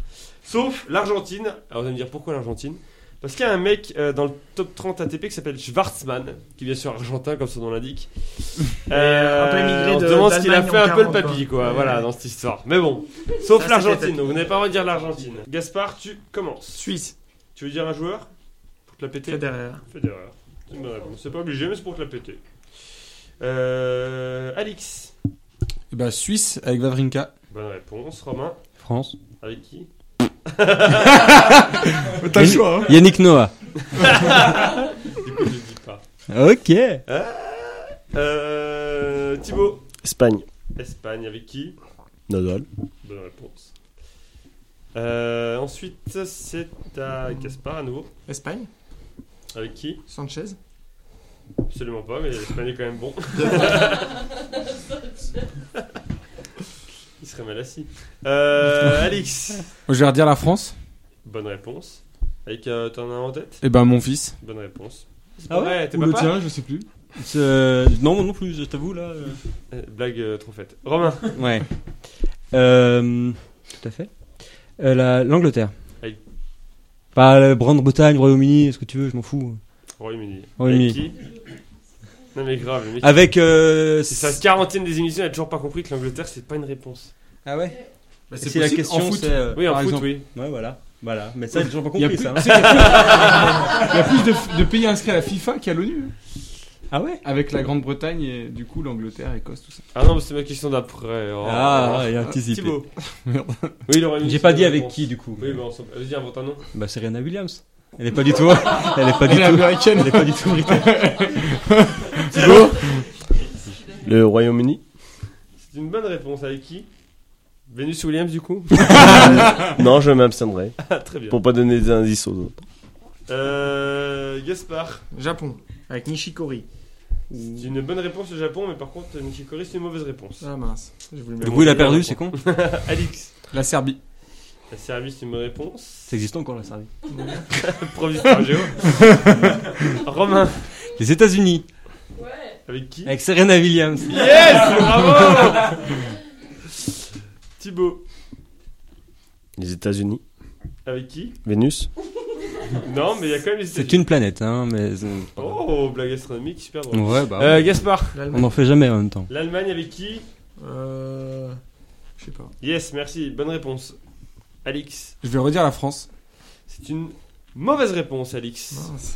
S1: Sauf l'Argentine. Alors vous allez me dire pourquoi l'Argentine Parce qu'il y a un mec euh, dans le top 30 ATP qui s'appelle Schwarzman, qui est bien sûr argentin comme son nom l'indique. Euh,
S2: euh, un peu immigré
S1: on se
S2: de-
S1: demande ce qu'il a
S2: d'Allemagne
S1: fait
S2: en
S1: un peu le
S2: 40,
S1: papy,
S2: quoi.
S1: quoi,
S2: Ouais,
S1: voilà,
S2: ouais.
S1: dans cette histoire. Mais bon, sauf
S2: c'était
S1: l'Argentine,
S2: tête.
S1: donc vous n'avez pas le droit de dire l'Argentine. Gaspard, tu commences.
S2: Suisse,
S1: Tu veux dire un joueur Pour te la péter
S2: Federer.
S1: Federer. C'est une bonne réponse. C'est pas obligé, mais c'est pour te la péter. Euh, Alix.
S3: Et bah, Suisse avec Vavrinka.
S1: Bonne réponse. Romain.
S5: France.
S1: Avec qui
S3: T'as le choix, hein.
S5: Yannick Noah.
S1: Du coup, je dis pas.
S5: Ok.
S1: Euh, Thibaut.
S4: Espagne.
S1: Espagne avec qui
S4: Nadal.
S1: Bonne réponse. Euh, ensuite, c'est à Gaspard à nouveau.
S2: Espagne,
S1: Avec qui
S2: Sanchez.
S1: Absolument pas, mais l'Espagne est quand [laughs] même bon. Il serait mal assis. [laughs] Euh, Alix.
S3: Je vais redire la France.
S1: Bonne réponse. Avec, euh, t'en as un en tête
S3: Et bah, mon fils.
S1: Bonne réponse. C'est
S5: Ah
S1: pas vrai, t'es
S3: Ou le
S1: papa
S3: tien, je sais plus.
S5: Euh, non, non plus, je t'avoue là. euh.
S1: Euh, Blague euh, trop faite. Romain.
S5: Ouais. Euh, tout à fait. Euh, la- L'Angleterre.
S1: Aïe.
S5: Pas la Grande-Bretagne, Royaume-Uni, ce que tu veux, je m'en fous.
S1: Royaume-Uni.
S5: Royaume-Uni.
S1: Avec qui Non mais grave, le mec.
S5: Avec. Euh,
S1: C'est sa quarantaine des émissions, elle a toujours pas compris que l'Angleterre c'est pas une réponse.
S5: Ah ouais
S3: Bah,
S5: C'est la question.
S3: En foot.
S5: c'est, euh,
S1: Oui, en
S3: Par
S1: foot,
S3: exemple.
S1: oui.
S5: Ouais, voilà. Voilà. Mais ça, j'ai toujours pas
S3: Il y a
S5: compris
S3: plus-
S5: ça.
S3: tu sais qu'il y a- il y a plus de, de pays inscrits à la FIFA qu'à l'ONU.
S5: [laughs]
S3: hein.
S5: Ah ouais
S3: Avec la Grande-Bretagne et du coup l'Angleterre, Écosse, tout ça.
S1: Ah non, mais c'est ma question d'après. Oh.
S5: Ah, il y a anticipé.
S1: Thibaut.
S3: Merde.
S1: Oui, il aurait mis
S5: J'ai pas dit
S1: la
S5: avec
S1: réponse.
S5: qui du coup.
S1: Oui, bah, on s'en- vas-y, invente un nom.
S5: Bah, c'est Rihanna Williams. Elle est pas du tout. [laughs] Elle est pas du
S3: Elle est
S5: tout.
S3: américaine.
S5: Elle est pas du tout britannique.
S4: Le Royaume-Uni.
S1: C'est une bonne réponse. Avec qui Vénus Williams, du
S5: [laughs]
S1: coup
S4: Non, je m'abstiendrai.
S1: Ah, Très bien.
S4: Pour pas donner des indices aux autres.
S1: Euh, Gaspard.
S2: Japon, avec Nishikori.
S1: C'est une bonne réponse au Japon, mais par contre, Nishikori, c'est une mauvaise réponse.
S2: Ah mince, j'ai voulu
S5: Du
S2: le
S5: coup, il a perdu, c'est con.
S1: Alix.
S3: La Serbie.
S1: La Serbie, c'est une bonne réponse.
S5: Ça existe encore la Serbie.
S1: [laughs] Prof d'histoire
S5: [laughs]
S1: géo. Romain.
S5: Les États-Unis.
S6: Ouais.
S1: Avec qui
S5: Avec Serena Williams.
S1: Yes Bravo
S5: [laughs]
S1: Thibaut.
S4: Les États-Unis.
S1: Avec qui
S4: Vénus.
S1: Non, mais il y a quand même les
S5: C'est
S1: États-Unis.
S5: une planète, hein, mais.
S1: Oh, blague astronomique, super drôle.
S5: Ouais, bah.
S1: Euh, Gaspard.
S5: On
S2: L'Allemagne.
S5: en fait jamais en même temps.
S1: L'Allemagne avec qui
S2: Euh, je sais pas.
S1: Yes, merci, bonne réponse. Alix,
S3: Je vais redire la France.
S1: c'est une mauvaise réponse, Alix.
S2: Mince.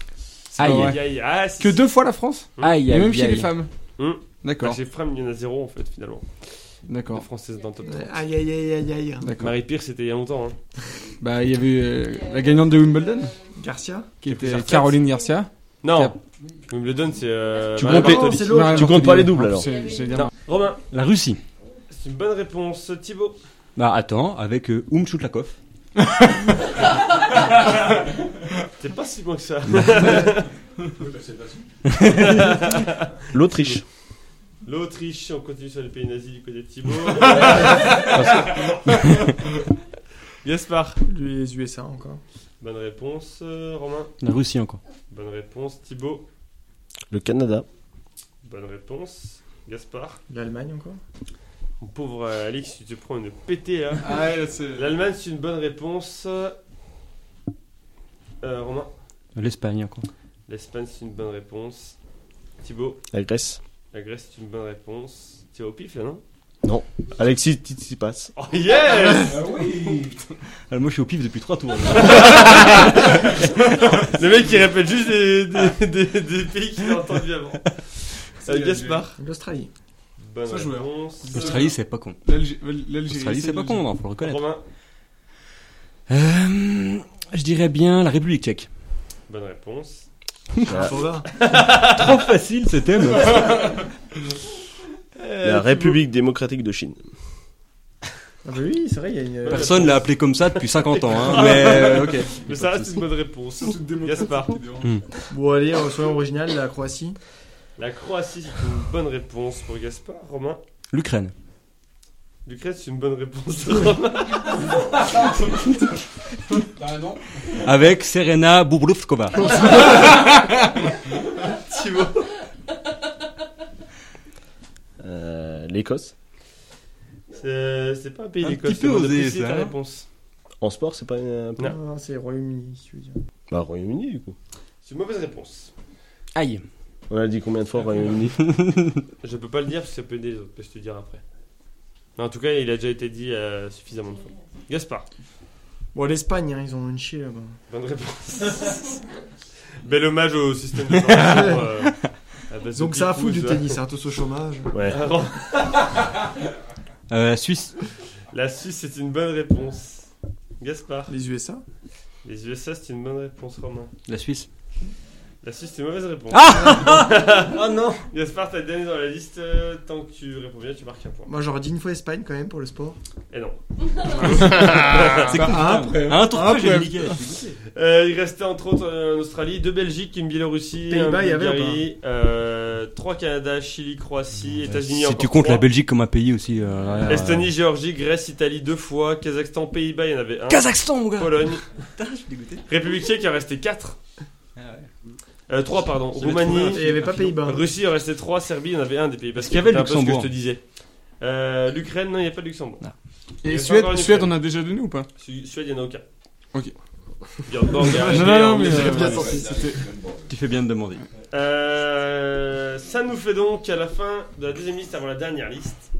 S3: C'est pas
S5: Aïe.
S3: vrai.
S1: Aïe, aïe, ah, si,
S3: Que
S1: si.
S3: deux fois la France
S5: Aïe,
S3: Et même chez les femmes.
S1: Hmm. Bah,
S3: D'accord.
S1: Chez Fram, il y en a zéro en fait, finalement. La
S3: D'accord.
S1: française dans le top 30.
S2: Aïe aïe aïe aïe aïe.
S3: D'accord.
S1: Marie Pierre, c'était il y a longtemps. hein.
S3: Bah, il y avait euh, la gagnante de Wimbledon,
S2: Garcia
S3: qui
S1: plus la
S3: était
S1: retraite.
S3: Caroline Garcia.
S1: Non,
S3: Cap.
S1: tu me le donnes, c'est. euh,
S4: Tu
S1: Maria
S4: comptes les-
S1: Bartoli.
S2: c'est l'autre.
S3: Marie
S4: Tu comptes
S3: Bartoli.
S4: pas les doubles,
S3: En
S4: alors.
S3: plus, euh, c'est- c'est bien.
S1: Non. Romain,
S5: La Russie.
S1: c'est une bonne réponse. Thibaut,
S5: Bah attends, avec euh, Oum Choutlakov.
S1: t'es pas si loin que
S3: [laughs]
S1: ça.
S3: bah,
S4: L'Autriche.
S1: L'Autriche, on continue sur les pays nazis du côté de Thibaut.
S3: [laughs]
S1: Gaspard,
S2: Les USA encore.
S1: bonne réponse. euh, Romain,
S5: La Russie encore.
S1: bonne réponse. Thibaut,
S4: Le Canada.
S1: bonne réponse. Gaspard.
S2: L'Allemagne encore.
S1: Mon pauvre euh, Alix, tu te prends une pétée là.
S3: Ah ouais, là, c'est-
S1: L'Allemagne, c'est une bonne réponse. Euh, Romain,
S5: L'Espagne encore.
S1: l'Espagne, c'est une bonne réponse. Thibaut,
S4: La Grèce.
S1: la Grèce, c'est une bonne réponse. Tu es au pif là, non
S4: Alexis Tsitsipas.
S1: Oh yes
S3: Ah
S5: moi je suis au pif depuis 3 tours.
S1: Le mec, il répète juste des, des- des- des pays qu'il a entendus avant. Euh,
S3: bien
S1: Gaspard,
S2: L'Australie.
S1: bonne
S3: Ça joue, hein.
S1: réponse.
S5: L'Australie c'est pas con.
S3: L'Algé- L'Algérie.
S5: L'Australie c'est pas con, non, faut le reconnaître.
S1: Romain,
S5: Euh, je dirais bien la République tchèque.
S1: bonne réponse.
S2: Ah, Fauva.
S5: Trop facile ce thème.
S4: La République démocratique de Chine.
S2: Ah bah oui, c'est vrai, il y a une. euh,
S5: Personne l'a appelé comme ça depuis 50 ans, hein, mais euh, ok.
S1: Mais ça reste une bonne réponse. Gaspard.
S2: Bon, allez, euh, soyons original, la Croatie.
S1: La Croatie, c'est une bonne réponse pour Gaspard. Romain
S5: L'Ukraine.
S1: Lucrèce, c'est une bonne réponse de Romain.
S3: Ah non
S5: Avec Serena Boubrovkova.
S1: Thibaut.
S4: Euh, L'Écosse.
S1: C'est c'est pas un pays
S3: Un
S1: d'Écosse.
S3: petit peu
S1: c'est bon
S3: osé,
S1: d'apprécier
S3: ça,
S1: ta
S3: hein.
S1: réponse.
S4: En sport, c'est pas un
S1: Non.
S2: Non, non, Ah, c'est Royaume-Uni, si tu veux dire.
S4: Bah, Royaume-Uni, du coup.
S1: C'est une mauvaise réponse.
S5: Aïe.
S4: On a dit combien de fois Royaume-Uni
S1: Je peux pas le dire parce que ça peut aider les autres. mais Je te le dirai après. Mais en tout cas, il a déjà été dit euh, suffisamment de fois. Gaspard.
S2: Bon, l'Espagne, hein, ils ont une chier là-bas.
S1: Bonne réponse. [laughs] Bel hommage au système de [laughs] formation. euh, à base de
S2: Donc ça a fou du
S1: pipouze.
S2: tennis, hein, tous au chômage.
S4: Ouais.
S1: Ah, Ro-
S5: Euh, Suisse.
S1: La Suisse, c'est une bonne réponse. Gaspard.
S2: Les USA.
S1: Les USA, c'est une bonne réponse, Romain.
S5: La Suisse.
S1: La Suisse, c'est une mauvaise réponse.
S3: Ah
S1: [laughs] Ah
S5: Oh non
S1: Gaspard, t'as dernier dans la liste. euh, Tant que tu réponds bien, tu marques un point.
S2: Moi, j'aurais dit une fois Espagne quand même pour le sport.
S1: Et non.
S5: C'est
S3: après.
S5: Un tour
S3: Ah,
S5: de j'ai
S3: ouais.
S5: niqué.
S1: Euh, il restait entre autres euh, en Australie, deux Belgiques, une Biélorussie, un
S2: Pays-Bas, il y avait ou
S1: Bulgarie, euh, trois Canada, Chili, Croatie, États-Unis.
S5: Si
S1: encore
S5: tu comptes
S1: trois.
S5: la Belgique comme un pays aussi. euh, ouais, ouais.
S1: Estonie, Géorgie, Grèce, Italie deux fois, Kazakhstan, Pays-Bas, il y en avait un.
S5: Kazakhstan, mon gars
S1: Pologne,
S5: [laughs] Putain, je suis dégoûté. Ah
S1: République tchèque, il en restait quatre. Euh, trois, pardon.
S5: J'avais trouvé
S1: Roumanie,
S2: Et il n'y avait pas Pays-Bas. hein.
S1: Russie, il en restait trois, Serbie, il y en avait un des pays. Parce
S5: Est-ce qu'il y avait le
S1: un peu ce que
S5: Luxembourg
S1: je te disais. Euh, L'Ukraine, non, il n'y a pas de Luxembourg.
S3: Et
S1: Et
S3: Suède,
S1: encore une
S3: Suède,
S1: Ukraine.
S3: on a déjà donné ou pas
S1: Su- Suède, il n'y en a aucun.
S3: Ok.
S1: Il y en a aucun.
S3: Non, non, non, mais,
S1: Euh,
S3: euh,
S2: bien
S3: ouais,
S2: sorti,
S3: c'était-
S5: Tu fais bien de demander.
S1: Euh, ça nous fait donc à la fin de la deuxième liste avant la dernière liste.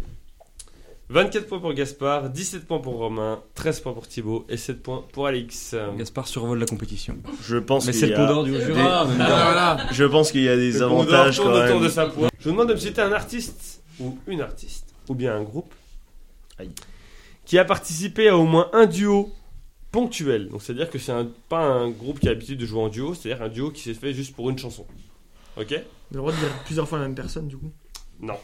S1: 24 points pour Gaspard, 17 points pour Romain, 13 points pour Thibaut et 7 points pour Alix.
S5: Gaspard survole la compétition.
S4: Je pense
S5: Mais
S4: qu'il
S5: c'est
S4: y
S5: le
S4: a-
S5: pont d'or du Haut-Jura. mais-
S4: Je pense qu'il y a des
S1: Ah, bah, Le Condor
S4: avantages
S1: tourne
S4: quand
S1: autour
S4: même.
S1: de sa poire. Je vous demande de me citer un artiste ou une artiste ou bien un groupe
S4: Aïe.
S1: qui a participé à au moins un duo ponctuel. Donc c'est-à-dire que c'est un- pas un groupe qui a l'habitude de jouer en duo, c'est-à-dire un duo qui s'est fait juste pour une chanson. Ok
S2: On a le droit de dire plusieurs fois la même personne, du coup.
S1: Non.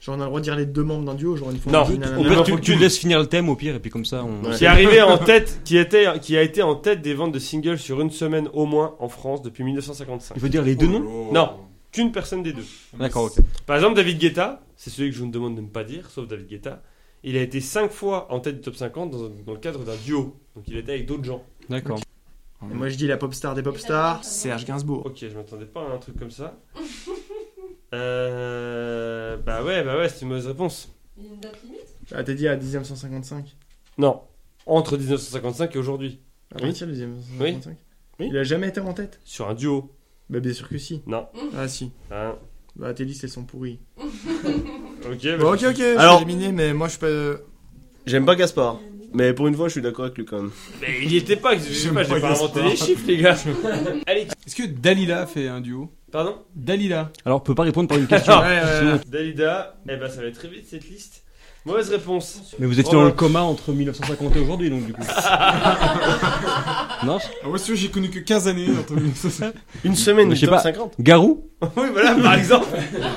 S2: Genre, on a le droit de dire les deux membres d'un duo, genre une fois.
S1: Non.
S2: on dit une
S1: On
S2: nana.
S5: Ou
S1: peut-
S5: bien tu, tu laisses finir le thème au pire et puis comme ça on.
S4: Ouais.
S1: qui est arrivé en tête, qui était, qui a été en tête des ventes de singles sur une semaine au moins en France depuis 1955.
S5: Il faut dire les deux noms
S1: Mmh.
S3: Oh.
S1: Non. Qu'une personne des deux.
S5: D'accord, ok.
S1: Par exemple, David Guetta, c'est celui que je vous demande de ne pas dire, sauf David Guetta. Il a été 5 fois en tête du top 50 dans, dans le cadre d'un duo. Donc il était avec d'autres gens.
S5: D'accord.
S2: Et moi, je dis la pop star des pop stars, Serge Gainsbourg.
S1: Ok, je m'attendais pas à un truc comme ça. Euh, bah ouais, bah ouais, c'est une mauvaise réponse.
S6: Il y a une date limite
S2: Ah, t'as dit à 1955.
S1: Non. Entre 1955 et aujourd'hui.
S2: Ah, oui, tiens, le 1955.
S1: Oui.
S2: Il a jamais été en tête
S1: Sur un duo.
S2: Bah, bien sûr que si.
S1: Non.
S2: Ah, si.
S1: Hein.
S2: Bah, tes listes, elles sont pourries.
S1: Ok,
S2: Bon,
S1: bah-
S2: ok, ok, je
S4: Alors-
S2: suis éliminé, mais moi, je suis pas. euh,
S4: J'aime pas Gaspard. Mais pour une fois, je suis d'accord avec lui quand même.
S1: Mais il y était pas, je sais pas, j'ai
S3: pas
S1: pas inventé
S3: Gaspard.
S1: les chiffres, les gars.
S2: [laughs]
S1: Allez,
S3: Est-ce que Dalila fait un duo
S1: pardon
S3: Dalila.
S5: Alors on peut pas répondre par une question.
S2: Ouais, ouais, ouais.
S1: Dalida, eh ben ça va être très vite cette liste. Mauvaise réponse. [laughs]
S5: Mais vous étiez dans le coma entre 1950 et aujourd'hui donc du [laughs] coup. non je-
S3: Ah ouais, c'est sûr, j'ai connu que 15 années. Anthony.
S4: Une semaine,
S5: Mais
S4: du
S5: je sais
S4: top
S5: pas.
S4: 50.
S5: Garou
S1: oui, voilà, par exemple.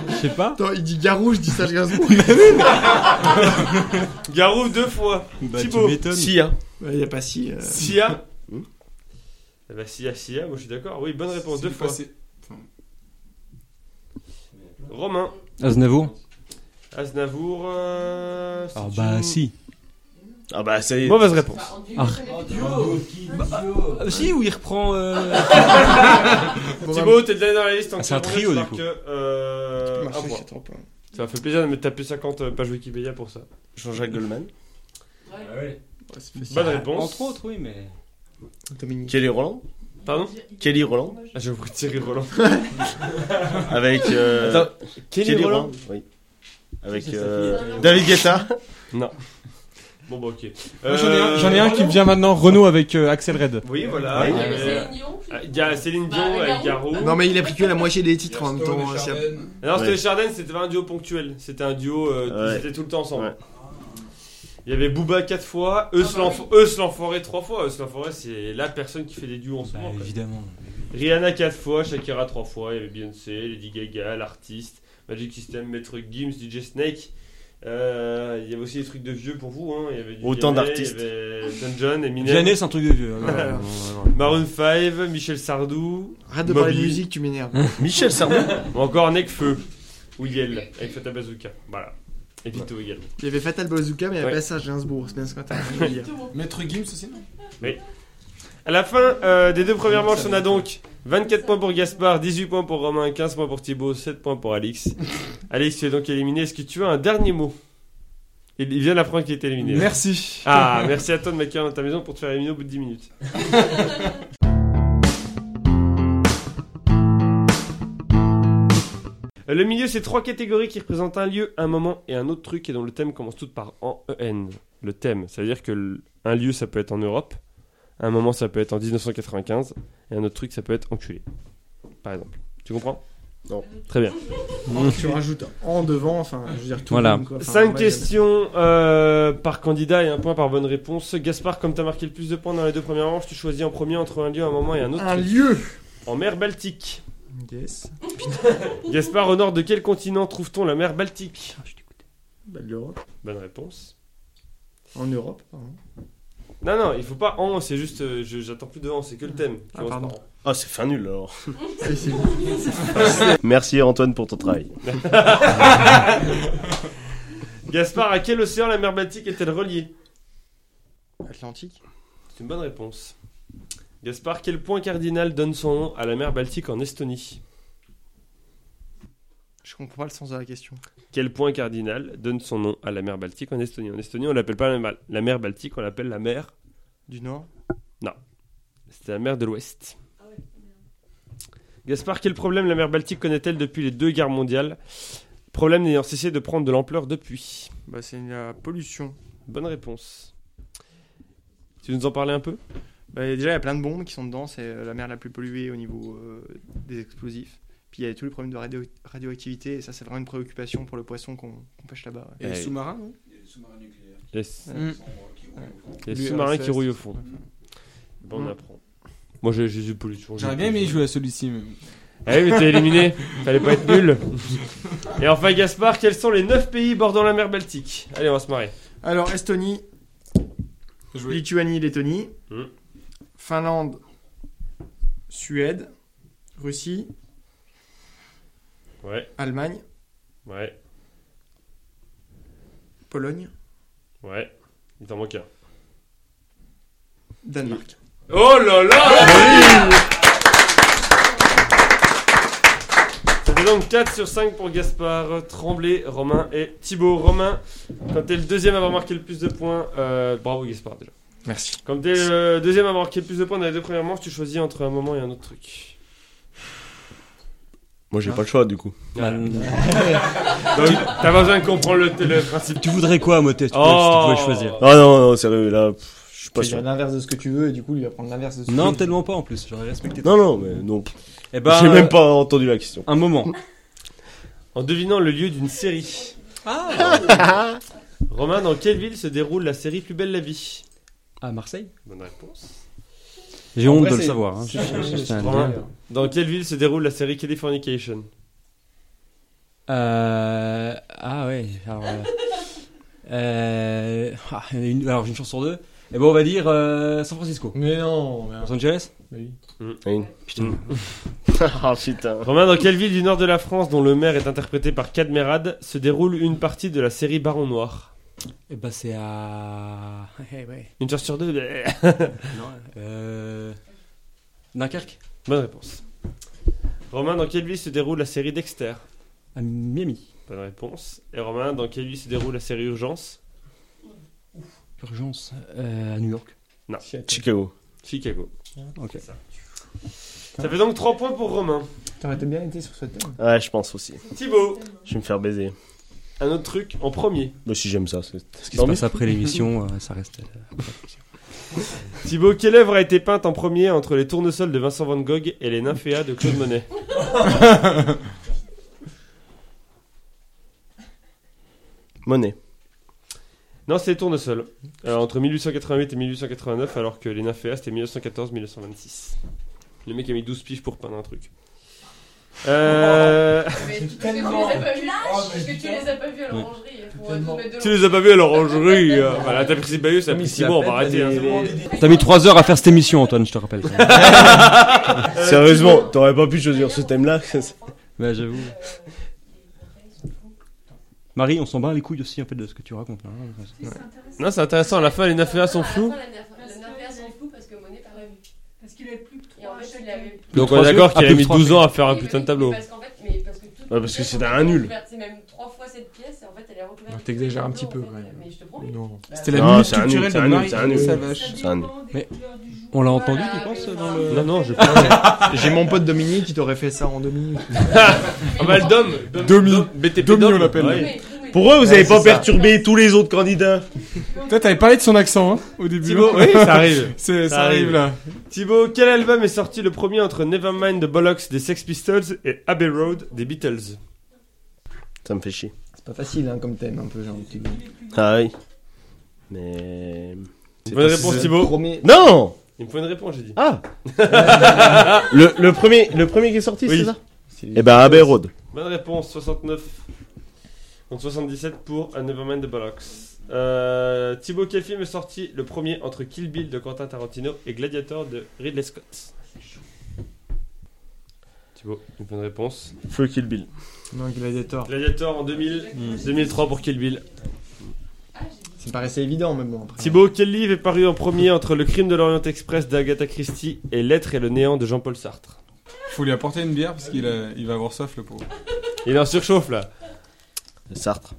S5: Je sais pas.
S2: Attends, il dit Garou, je dis Serge Gainsbourg. [laughs]
S1: Garou deux fois.
S5: Bah, tu
S1: Thibaut.
S5: m'étonnes.
S4: Si, hein.
S2: bah, il a pas si. euh,
S3: Hein
S1: Sia.
S4: Hmm.
S1: Eh ben Sia, Sia, moi je suis d'accord. Oui, [laughs] bonne réponse, deux
S3: C'est
S1: fois.
S3: passé.
S1: Romain,
S5: Aznavour
S1: Aznavour. Euh,
S5: Alors
S1: c'est
S5: bah
S1: une-
S5: si.
S4: Ah bah, ça y est.
S1: Mauvaise réponse.
S6: Bah, en duo,
S5: Ah.
S6: je connais plus.
S5: si où il reprend euh,
S2: bon, bah,
S1: Thibaut, t'es le dernier dans la liste. en
S5: Ah, c'est un
S1: clair,
S5: trio,
S1: je
S5: du
S1: marque,
S5: coup.
S1: euh, un
S2: marcher,
S1: point.
S2: c'est trop plein.
S1: Ça m'a fait plaisir de me taper 50 pages Wikipédia pour ça.
S4: Jean-Jacques Goldman.
S6: Ouais.
S2: Ouais, c'est facile.
S1: Bonne réponse.
S5: Entre autres oui mais.
S2: Bah, Dominique.
S4: Kelly Roland.
S1: Pardon
S4: Kelly Roland.
S1: ah, J'ai oublié Thierry Roland.
S4: Avec. euh,
S1: Attends, Kelly, Roland
S4: Oui. Avec.
S5: C'est sa
S4: euh,
S6: fille.
S4: David Guetta. [laughs]
S1: Bon, bah, ok.
S3: Moi, J'en ai, un-
S1: Euh,
S3: j'en ai un qui me vient maintenant, Renault avec euh, Axel Red.
S1: Oui, voilà.
S4: Oui.
S6: Il y a
S1: Euh,
S6: Céline Dion, je
S1: Ah, Il y a Céline Dion
S6: Bah,
S1: avec Garou.
S6: Garou.
S2: Non, mais il a pris que la moitié des titres en même temps. euh, c'est-
S1: Non, c'était
S4: Ouais.
S1: les Chardin, c'était pas un duo ponctuel. C'était un duo, euh,
S4: Ouais.
S1: ils étaient tout le temps ensemble.
S4: Ouais.
S1: Il y avait Booba 4 fois, Eus
S6: Ah bah
S1: l'enf- Eus l'Enfoiré 3 fois. Eus l'Enfoiré, c'est la personne qui fait des duos en ce
S5: Bah,
S1: moment. quoi.
S5: évidemment.
S1: Rihanna 4 fois, Shakira 3 fois, il y avait Beyoncé, Lady Gaga, l'artiste, Magic System, Maître Gims, DJ Snake. Euh, il y avait aussi des trucs de vieux pour vous. Hein. Il y avait du
S4: Autant
S1: Vianney,
S4: d'artistes.
S1: Il y avait John John, Eminem,
S5: Vianney, c'est un truc de vieux. hein.
S2: Voilà.
S5: Non, non, non.
S1: Maroon 5, Michel Sardou,
S2: Arrête de parler de
S1: Moby.
S2: musique, tu m'énerves.
S4: Michel Sardou
S1: ou encore Necfeu ou Yel avec Fata Bazooka. Voilà. Et Vito également.
S2: Il y avait Fatal Bazooka, mais il n'y a
S1: Ouais.
S2: pas ça à Gainsbourg. C'est bien ce qu'on t'a dit de [laughs] dire.
S3: Maître Gims aussi, non
S1: À la fin euh, des deux premières manches, on a donc 24 points pour Gaspard, 18 points pour Romain, 15 points pour Thibaut, 7 points pour Alix. Alix, tu es donc éliminé. Est-ce que tu as un dernier mot il, il vient d'apprendre qu'il est éliminé.
S3: Merci.
S1: Ah, merci à toi de m'accueillir dans ta maison pour te faire éliminer au bout de 10 minutes. Le milieu, c'est trois catégories qui représentent un lieu, un moment et un autre truc et dont le thème commence toutes par en EN. Le thème, ça veut dire que l- un lieu, ça peut être en Europe, un moment, ça peut être en 1995 et un autre truc, ça peut être enculé. Par exemple. Tu comprends
S4: Non.
S1: Très bien.
S2: tu rajoutes en devant, enfin, je veux dire tout.
S5: Voilà.
S2: le monde, quoi. Enfin,
S1: 5
S2: ouais,
S1: questions euh, par candidat et un point par bonne réponse. Gaspard, comme tu as marqué le plus de points dans les deux premières manches, tu choisis en premier entre un lieu, un moment et un autre.
S2: Un lieu.
S1: En mer Baltique.
S2: Yes.
S1: Gaspard, au nord de quel continent trouve-t-on la mer Baltique
S2: Bah, de l'Europe.
S1: Bonne réponse.
S2: En Europe, pardon.
S1: Non, non, il faut pas en, c'est juste, euh, je- j'attends plus devant, c'est que le thème. qui
S2: Ah,
S1: commence
S2: pardon.
S1: par en.
S4: Ah, c'est fin nul [laughs] alors.
S2: Si, si.
S4: Merci Antoine pour ton travail.
S1: Gaspard, à quel océan la mer Baltique est-elle reliée
S2: Atlantique.
S1: C'est une bonne réponse. Gaspard, quel point cardinal donne son nom à la mer Baltique en Estonie
S2: Je comprends pas le sens de la question.
S1: Quel point cardinal donne son nom à la mer Baltique en Estonie En Estonie, on l'appelle pas la mer- la mer Baltique, on l'appelle la mer.
S2: Du Nord.
S1: C'était la mer de l'Ouest.
S6: Ah ouais,
S1: Gaspard, quel problème la mer Baltique connaît-elle depuis les deux guerres mondiales Problème n'ayant cessé de prendre de l'ampleur depuis.
S2: Bah, c'est la pollution.
S1: Bonne réponse. Tu nous en parlais un peu
S2: Bah, déjà, il y a plein de bombes qui sont dedans. C'est euh, la mer la plus polluée au niveau euh, des explosifs. Puis il y a tous les problèmes de radio- radioactivité. Et ça, c'est vraiment une préoccupation pour le poisson qu'on qu'on pêche là-bas. ouais.
S3: Et les
S1: Eh.
S3: sous-marins, non
S1: Il y a
S2: Mm.
S1: il y a
S3: Lui, euh,
S1: des sous-marins
S3: RSS,
S1: qui rouillent au fond. Bon, on
S2: Mm.
S1: apprend. Moi, j'ai j'ai eu pollution.
S3: J'aurais bien aimé jouer à celui-ci, mais.
S1: Ah oui, mais t'es éliminé. Fallait pas être nul. Et enfin, Gaspard, quels sont les 9 pays bordant la mer Baltique Allez, on va se marrer.
S2: Alors, Estonie,
S3: Jouer.
S2: Lituanie, Lettonie,
S3: Mmh.
S1: Hmm.
S2: Finlande, Suède, Russie,
S1: Ouais,
S2: Allemagne,
S1: ouais,
S2: Pologne,
S1: ouais. Il t'en manque un.
S2: Danemark.
S1: Oh là là Ça fait donc 4 sur 5 pour Gaspard, Tremblay, Romain et Thibaut. Romain, quand t'es le deuxième à avoir marqué le plus de points, euh, bravo Gaspard déjà.
S2: Merci.
S1: Quand t'es le deuxième à avoir marqué le plus de points dans les deux premières manches, tu choisis entre un moment et un autre truc.
S4: Moi, j'ai pas le choix du coup.
S5: Bah,
S1: Donc t'as pas besoin de comprendre le, le principe.
S5: Bah, Tu voudrais quoi, Motet si tu
S1: Oh.
S5: pouvais choisir
S4: Ah non, non, sérieux, là, pff, je suis pas sûr.
S2: l'inverse de ce que tu veux et du coup, il va prendre l'inverse de ce
S5: Non, tellement pas en plus. J'aurais respecté.
S4: Non, non, mais non.
S5: Eh ben, euh,
S4: j'ai même pas entendu la question.
S5: un moment.
S1: En devinant le lieu d'une série. [laughs] Romain, dans quelle ville se déroule la série Plus belle la vie
S5: À Marseille
S1: Bonne réponse.
S5: J'ai
S4: En
S5: honte
S4: vrai,
S5: de le
S4: c'est-
S5: savoir. hein. Je- je- je tiens à le dire.
S1: Romain, dans quelle ville se déroule la série Californication
S5: Euh... Ah ouais, alors... euh, euh, ah, il y en a une, alors j'ai une chance sur deux. Et bon, on va dire euh, San Francisco.
S3: Mais non, mais.
S5: Los Angeles
S4: Hmm. [laughs] Ah putain.
S1: Romain, dans quelle ville du nord de la France, dont le maire est interprété par Cadmerade, se déroule une partie de la série Baron Noir
S5: Eh bah c'est [laughs] à... Ouais, Eh ouais.
S1: Une chance sur deux [laughs] bleh.
S5: Non, euh... Dunkerque
S1: Bonne réponse. Romain, dans quelle ville se déroule la série Dexter
S5: À Miami.
S1: Bonne réponse. Et Romain, dans quelle ville se déroule la série Urgence
S5: Urgence euh, à New York.
S4: Chicago.
S1: Chicago.
S5: Ok.
S1: Ça fait donc 3 points pour Romain.
S2: T'aurais été bien été sur ce thème.
S4: Ouais, je pense aussi.
S1: Thibaut,
S4: Je vais me faire baiser.
S1: un autre truc en premier.
S4: Moi si j'aime ça, c'est.
S5: Ce qui se passe après l'émission, euh, ça reste...
S1: Thibaut, quelle œuvre a été peinte en premier entre les tournesols de Vincent Van Gogh et les nymphéas de Claude Monet
S4: Monnaie.
S1: Non, c'est les tournesols. Alors, entre 1888 et 1889, alors que les nymphéas, c'était 1914-1926. Le mec a mis 12 piges pour peindre un truc.
S3: [laughs]
S1: Euh,
S6: Mais tu, tu- tu les
S7: Tellement.
S6: as pas vus.
S7: Oh, mais
S6: parce que tu
S7: putain.
S6: les as pas vus à
S5: Ouais.
S6: l'orangerie. Pour euh,
S7: Tellement.
S6: nous mettre de
S1: tu
S6: l'eau.
S1: les as pas vus à l'orangerie. euh. Voilà, t'as pris six bailleux, ça a pris six mois, on va arrêter. hein, c'est bon.
S5: T'as [laughs] mis 3 heures à faire cette émission, Antoine, je te rappelle.
S4: Euh, Sérieusement, t'aurais pas pu choisir ce thème-là
S5: [laughs] bah, j'avoue. Marie, on s'en bat les couilles aussi un peu de ce que tu racontes. hein.
S1: Non, c'est intéressant. À la fin, les Naféas sont
S6: À la fin,
S1: flous.
S6: la Naféa- La Naféa sont flous parce que Monet t'a pas vu.
S7: Parce qu'il avait plus que
S6: Et en
S7: trois.
S6: fait, il avait
S1: Donc, on
S5: trois
S1: est d'accord
S5: yeux,
S1: qu'il
S5: un
S1: a
S5: peu
S1: mis
S5: trois
S1: 12 ans à faire un
S6: Oui,
S1: putain de
S6: mais-
S1: tableau.
S6: Parce qu'en fait, mais parce que toute
S4: Ouais, parce que
S6: pièce
S4: c'était
S6: est
S4: un nul.
S6: recouverte. C'est même trois fois cette pièce et en fait elle est recouverte.
S7: Non,
S6: de
S7: t'exagères un
S6: tableau,
S7: petit
S6: en
S7: peu,
S6: fait.
S7: quand même.
S6: Mais je te promets.
S7: Non.
S3: C'était la
S4: Non,
S3: minute
S4: c'est un nul,
S3: culturelle
S4: c'est
S3: de
S4: un nul,
S3: Marie
S4: c'est un nul.
S3: Salvache.
S4: C'est un-
S5: Mais On l'a entendu, tu penses, dans le.
S1: Non, non, je.
S2: J'ai mon pote Dominique qui t'aurait fait ça en deux minutes.
S1: Ah bah, le Dom.
S3: Domi.
S1: Dom, BTP
S3: Domi, on
S1: Dom.
S3: l'appelle.
S1: Ouais.
S4: Pour eux, vous avez
S3: Ouais,
S4: pas
S3: c'est ça.
S4: perturbé tous les autres candidats.
S3: Toi, t'avais parlé de son accent hein, au début.
S1: Thibaut, oui, ça arrive.
S3: [laughs] C'est-
S1: Ça
S3: ça arrive
S1: arrive.
S3: là.
S1: Thibaut, quel album est sorti le premier entre Nevermind de Bollocks des Sex Pistols et Abbey Road des Beatles
S4: Ça me fait chier.
S7: C'est pas facile hein, comme thème, un peu, j'ai envie de te dire.
S4: Ah oui. Mais.
S1: Bonne réponse, Thibaut.
S7: Premier.
S4: Non
S1: Il me faut une réponse, j'ai dit.
S4: [laughs] Ah le, le premier, le premier qui est sorti,
S1: Oui.
S4: c'est ça Eh ben, Abbey Road.
S1: Bonne réponse, 69. Donc 77 pour A Nevermind the Bollocks. Euh, Thibaut, quel film est sorti le premier entre Kill Bill de Quentin Tarantino et Gladiator de Ridley Scott Thibaut, une bonne réponse.
S4: Feu Kill Bill.
S2: Non, Gladiator.
S1: Gladiator en 2000, 2003 pour Kill Bill.
S2: Ça me paraissait évident, mais bon, après.
S1: Thibaut, quel livre est paru en premier entre Le Crime de l'Orient Express d'Agatha Christie et L'être et le néant de Jean-Paul Sartre
S3: Faut lui apporter une bière parce qu'il a- il va avoir soif le pauvre.
S1: Il est en surchauffe là.
S4: Sartre.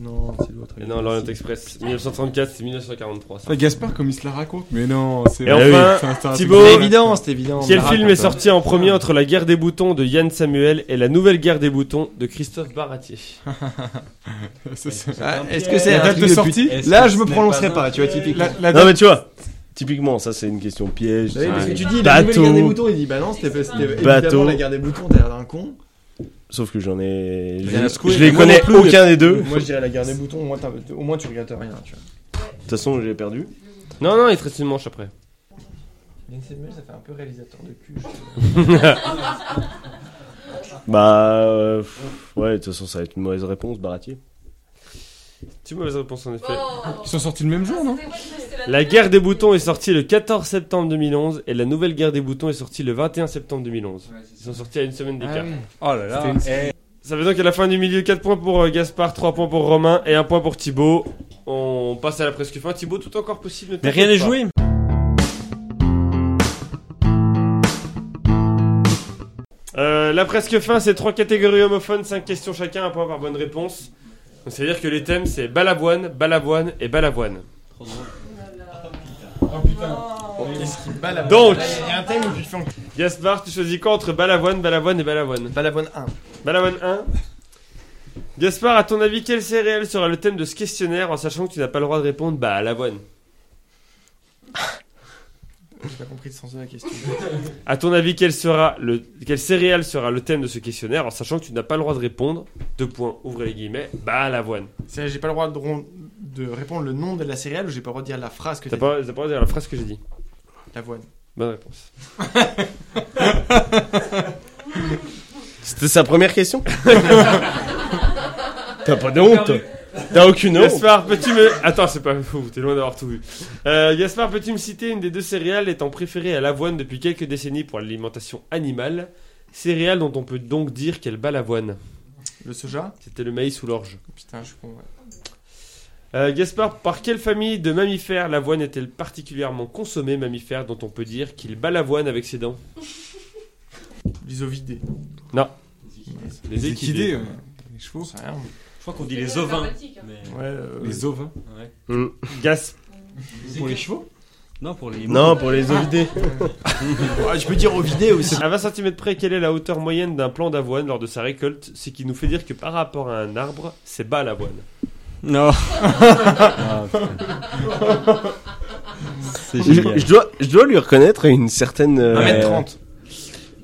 S2: Non, c'est l'autre.
S1: Et non, l'Orient Express, 1934, c'est 1943. ça.
S3: Enfin, Gaspard, comme il se la raconte. Mais non, c'est.
S1: Et enfin,
S3: C'est un- c'est un
S1: Thibaut-
S3: truc de
S2: C'est
S1: Oh.
S3: malade,
S2: évident,
S3: quoi.
S2: c'était évident.
S1: Quel
S2: Mais
S1: film
S2: raconte,
S1: est
S2: toi.
S1: sorti en premier entre La guerre des boutons de Yann Samuel et La nouvelle guerre des boutons de Christophe Baratier
S3: [laughs] C'est- c'est-
S2: Ah, Est-ce que c'est
S3: La
S2: un
S3: date
S2: truc
S3: de
S2: depuis-
S3: sortie
S2: Là, je me prononcerai pas, tu vois, typiquement.
S3: La, la
S4: Non,
S3: date-
S4: mais tu vois, typiquement, ça c'est une question piège.
S2: Bah oui, parce que
S4: c'est-
S2: tu dis, la
S4: Bateau.
S2: nouvelle guerre des boutons, il dit bah non, c'était pas- c'était évidemment
S4: Bateau.
S2: la guerre des boutons, t'as l'air d'un con.
S4: Sauf que j'en ai. Je,
S5: y en a secoué,
S4: je les
S5: mais moi
S4: connais
S5: non plus.
S4: aucun des deux.
S2: Moi, je dirais la guerre des boutons, au moins, t'as- au moins tu regrettes rien, tu vois.
S4: De toute façon, j'ai perdu.
S1: Non, non, il te reste une manche après.
S2: ça fait un peu réalisateur de cul.
S4: Bah. euh, pff, ouais, de toute façon, ça va être une mauvaise réponse, Baratier.
S1: Tu mauvaise réponse en effet.
S3: Ils sont sortis le même jour, non
S1: La guerre des boutons est sortie le 14 septembre 2011 et La nouvelle guerre des boutons est sortie le 21 septembre 2011. Ils sont sortis à une semaine d'écart.
S5: Oh là là.
S1: Ça veut dire qu'à la fin du milieu, 4 points pour euh, Gaspard, 3 points pour Romain et 1 point pour Thibaut. On passe à la presque fin. Thibaut, tout encore possible. ne
S5: Mais
S1: t'inquiète
S5: rien n'est
S1: pas.
S5: joué.
S1: Euh, la presque fin, c'est trois catégories homophones, cinq questions chacun, un point par bonne réponse. Donc, C'est-à-dire que les thèmes, c'est balavoine, balavoine et balavoine. Donc,
S2: Il y a un thème où tu te fais en
S1: Gaspard, tu choisis quoi entre balavoine, balavoine et balavoine
S2: Balavoine 1.
S1: Balavoine 1. Gaspard, à ton avis, quel céréale sera le thème de ce questionnaire en sachant que tu n'as pas le droit de répondre bah, à l'avoine
S2: J'ai pas compris le sens de la question.
S1: À ton avis, quel, sera le, quel céréale sera le thème de ce questionnaire en sachant que tu n'as pas le droit de répondre Deux points, ouvrez les guillemets, bah, à l'avoine.
S2: C'est j'ai pas le droit de, ron- de répondre le nom de la céréale ou j'ai pas le droit de dire la phrase que
S1: T'as
S2: t'as
S1: pas, t'as pas le droit de dire la phrase que j'ai dit.
S2: dit. L'avoine.
S1: Bonne réponse.
S4: C'était sa première
S1: [laughs]
S4: question T'as pas de honte toi. T'as aucune honte
S1: Gaspard, peux-tu me. Attends, c'est pas fou, t'es loin d'avoir tout vu. Euh, Gaspard, peux-tu me citer une des deux céréales étant préférée à l'avoine depuis quelques décennies pour l'alimentation animale Céréale dont on peut donc dire qu'elle bat l'avoine.
S2: Le soja
S1: C'était le maïs ou l'orge.
S2: Putain, je suis con. ouais.
S1: Euh, Gaspard, par quelle famille de mammifères l'avoine est-elle particulièrement consommée, mammifère dont on peut dire qu'il bat l'avoine avec ses dents
S2: Les ovidés.
S3: Les équidés, ouais. les chevaux,
S2: J'en sais rien.
S5: Je crois qu'on dit les ovins.
S2: Ouais, euh,
S3: les ovins.
S1: Gas-
S3: Pour les chevaux
S5: Non, pour les.
S4: Non, pour
S1: [laughs]
S4: les ovidés.
S2: ouais, je peux dire ovidés aussi.
S1: À 20 cm près, quelle est la hauteur moyenne d'un plant d'avoine lors de sa récolte Ce qui nous fait dire que par rapport à un arbre, c'est bas l'avoine.
S5: Non. Ah, putain. C'est
S4: Je,
S5: génial.
S4: je dois, je dois lui reconnaître une certaine. euh,
S2: 1m30.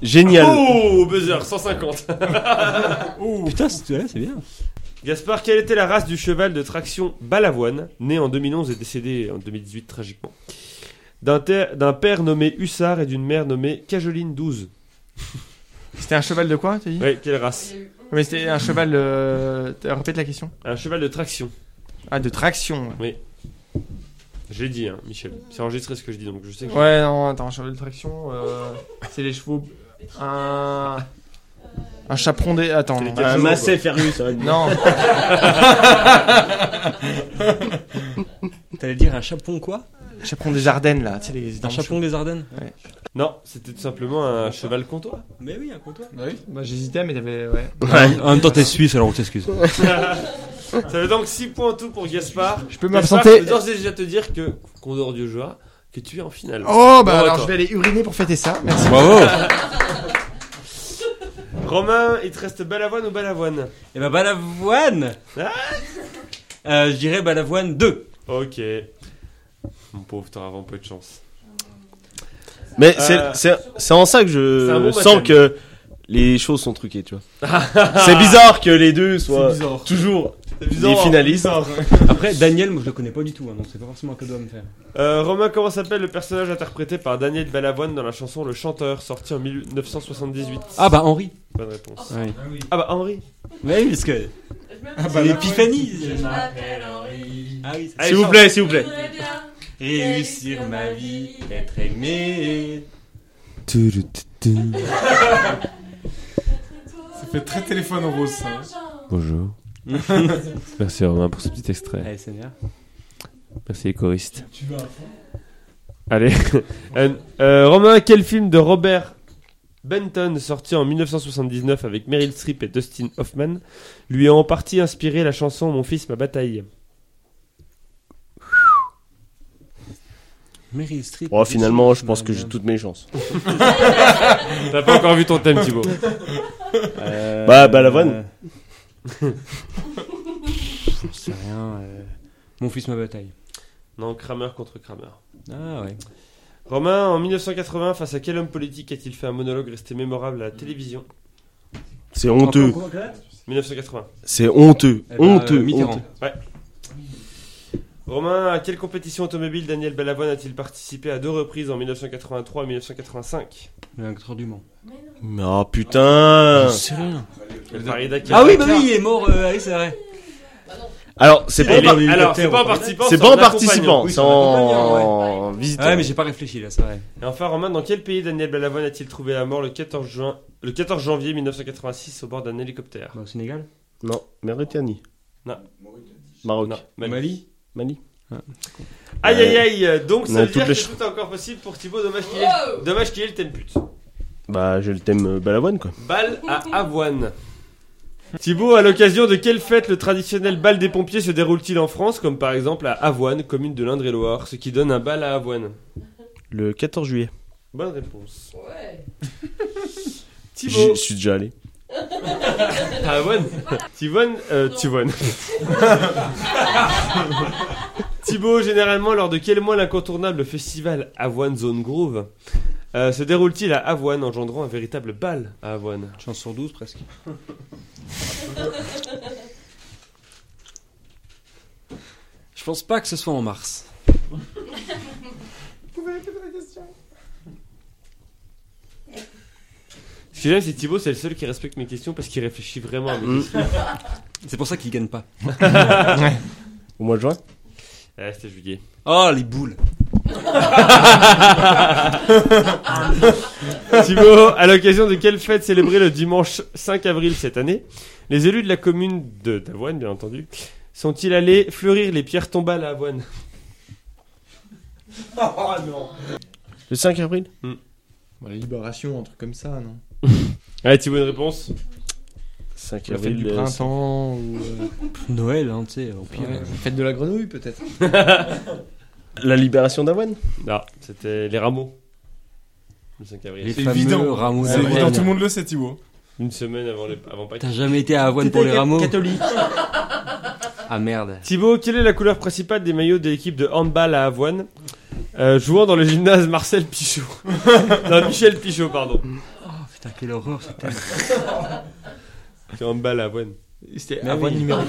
S4: Génial.
S1: Oh, buzzer, 150
S5: [laughs] Putain, c'est ouais, c'est bien.
S1: Gaspard, quelle était la race du cheval de traction Balavoine, né en 2011 et décédé en 2018 tragiquement D'un ter- d'un père nommé Hussard et d'une mère nommée Cajoline 12.
S2: C'était un cheval de quoi, t'as dit
S1: Ouais, quelle race
S6: Il y a eu onze
S2: Mais c'était un cheval. euh, t'as- Répète la question.
S1: Un cheval de traction.
S2: Ah, de traction. ouais.
S1: J'ai dit, hein, Michel. C'est enregistré ce que je dis, donc je sais que.
S2: Ouais, non, attends, un cheval de traction. euh, c'est les chevaux. Un. Un chaperon des. Attends.
S1: C'est les
S2: non. Euh,
S1: quatre
S4: Un
S1: jours,
S4: Massey Ferguson.
S2: Non,
S5: T'allais dire un chapon quoi
S2: chaperon des Ardennes là. Tu sais, les.
S5: Un chapon des Ardennes
S1: Non, c'était tout simplement un cheval comtois. [laughs]
S5: Mais oui, un comptoir.
S2: Bah, j'hésitais, mais t'avais. Ouais.
S5: En même temps, t'es suisse alors on t'excuse.
S1: Ça veut donc 6 points en tout pour Gaspard.
S2: Je peux
S1: Gaspard,
S2: m'absenter.
S1: Je peux d'ores et déjà te dire que, Condor du joie, que tu es en finale.
S2: Oh, bah
S1: Bon,
S2: alors
S1: attends.
S2: je vais aller uriner pour fêter ça. Merci.
S5: Bravo
S1: Romain, il te reste Balavoine ou Balavoine
S5: Et bah, Balavoine
S1: Ah
S5: Euh, Je dirais Balavoine 2.
S1: Ok. Mon pauvre, t'auras vraiment peu de chance.
S4: Mais
S1: Euh,
S4: c'est- c'est c'est en ça que
S1: c'est un
S4: je
S1: bon
S4: sens
S1: baptême.
S4: que les choses sont truquées, tu
S1: [laughs]
S4: vois. c'est bizarre que les deux soient toujours les finalistes.
S5: Après, Daniel, moi je le connais pas du tout, hein, donc c'est pas forcément un cadeau à me faire.
S1: Euh, Romain, comment s'appelle le personnage interprété par Daniel Balavoine dans la chanson Le Chanteur, sortie en 1978
S5: Ah bah, Henri
S1: Bonne réponse.
S5: Oui.
S1: Ah bah Henri
S5: Ouais, parce que.
S6: Je me-
S5: C'est l'épiphanie
S6: Je m'appelle Henri.
S5: Ah oui,
S1: Allez,
S4: S'il vous
S1: chante.
S4: plaît, s'il vous plaît.
S6: Je voudrais bien
S5: Réussir ma vie, être aimé.
S6: Ça
S3: fait très téléphone rose, ça.
S1: [laughs] Bonjour. Merci Romain pour ce petit extrait.
S5: Allez, c'est bien.
S1: Merci les choristes. [laughs] Allez. Euh, euh, Romain, quel film de Robert Benton, sorti en 1979 avec Meryl Streep et Dustin Hoffman, lui a en partie inspiré la chanson Mon fils, ma bataille
S5: Meryl Streep.
S4: Bon, Oh, finalement, je pense que j'ai toutes mes chances.
S1: T'as pas encore vu ton thème, Thibaut.
S5: Euh,
S4: Bah, Balavoine.
S5: euh, [laughs] J'en sais rien. euh, Mon fils, ma bataille.
S1: [laughs] Non, Kramer contre Kramer.
S5: Ah ouais.
S1: Romain, en 1980, face à quel homme politique a-t-il fait un monologue resté mémorable à la télévision
S4: C'est honteux.
S5: Encore, encore, encore
S1: 1980.
S4: C'est honteux.
S5: Eh ben, euh,
S4: Honteux.
S5: Mitterrand.
S4: honteux.
S1: Romain, à quelle compétition automobile Daniel Balavoine a-t-il participé à deux reprises en 1983 et 1985
S5: Le acteur du Mans.
S4: Mais oh putain.
S5: rien.
S1: Le Paris-Dakar.
S5: Ah oui, bah oui, il est mort. euh, oui, c'est vrai.
S4: Alors, c'est pas,
S1: Et
S4: par-
S1: les- Alors, c'est pas en participant.
S4: c'est pas en
S1: accompagnant.
S4: participant,
S5: Oui,
S4: c'est
S5: c'est
S6: accompagnant,
S4: en
S5: Ah
S4: visiteur.
S5: ouais, mais j'ai pas réfléchi là, c'est vrai.
S1: Et enfin, Romain, dans quel pays Daniel Balavoine a-t-il trouvé la mort le 14, juin... le 14 janvier 1986 au bord d'un hélicoptère
S5: Bah, au Sénégal
S4: Non, Mauritanie.
S1: Non.
S4: Maroc.
S1: Non,
S5: Au
S1: Mali.
S5: Mali
S4: Mali.
S1: Aïe aïe aïe, donc
S4: On
S1: ça
S4: a
S1: veut dire
S4: toutes les
S1: que
S4: ch-
S1: tout est encore possible pour Thibaut, dommage qu'il ait,
S6: Wow
S1: dommage qu'il ait le thème pute.
S4: Bah, j'ai le thème euh, Balavoine, quoi.
S1: Balle à avoine. Thibaut, à l'occasion de quelle fête le traditionnel bal des pompiers se déroule-t-il en France, comme par exemple à Avoine, commune de l'Indre-et-Loire, ce qui donne un bal à Avoine
S4: Le 14 juillet.
S1: Bonne réponse.
S6: Ouais.
S1: Thibaut,
S4: J'y suis déjà allé.
S1: à Avoine Thivonne, euh, Thivonne. Thibaut, généralement, lors de quel mois l'incontournable festival Avoine Zone Groove euh, se déroule-t-il à Avoine, engendrant un véritable bal à Avoine
S5: Chance sur 12 presque. [laughs] Je pense pas que ce soit en mars.
S1: Ce que j'aime, c'est que Thibaut, c'est le seul qui respecte mes questions parce qu'il réfléchit vraiment à mes
S4: Mm.
S5: C'est pour ça qu'il gagne pas.
S4: Au mois de juin
S1: Ah, c'était juillet.
S5: Oh, les boules.
S1: [laughs] Thibaut, à l'occasion de quelle fête célébrée le dimanche 5 avril cette année, les élus de la commune de d'Avoine, bien entendu, sont-ils allés fleurir les pierres tombales à Avoine
S4: Le 5 avril
S2: Bon, la libération, un truc comme ça, non
S1: Allez, Thibaut, une réponse
S4: 5
S2: La fête
S4: avril.
S2: du
S4: euh,
S2: printemps ou. euh,
S5: Noël, hein, tu sais, au pire.
S2: ouais, fête de la grenouille, peut-être.
S4: c'est- La libération d'Avoine
S1: Non, c'était les rameaux. Le 5 avril.
S5: Les
S3: C'est
S5: fameux
S3: évident.
S5: rameaux
S3: C'est
S5: d'Avoine.
S3: évident, tout le monde le sait, Thibaut.
S1: Une semaine avant, les... avant Pâques.
S5: T'as jamais été à Avoine pour les rameaux
S2: Catholique.
S5: Ah merde.
S1: Thibaut, quelle est la couleur principale des maillots de l'équipe de handball à Avoine euh, jouant dans le gymnase Marcel
S5: [laughs]
S1: Pichot Non, Michel Pichot, pardon.
S5: Oh putain, quelle horreur ce thème.
S1: C'est handball à Avoine.
S3: Et C'était
S5: Mais
S3: avoine
S5: oui.
S3: numéro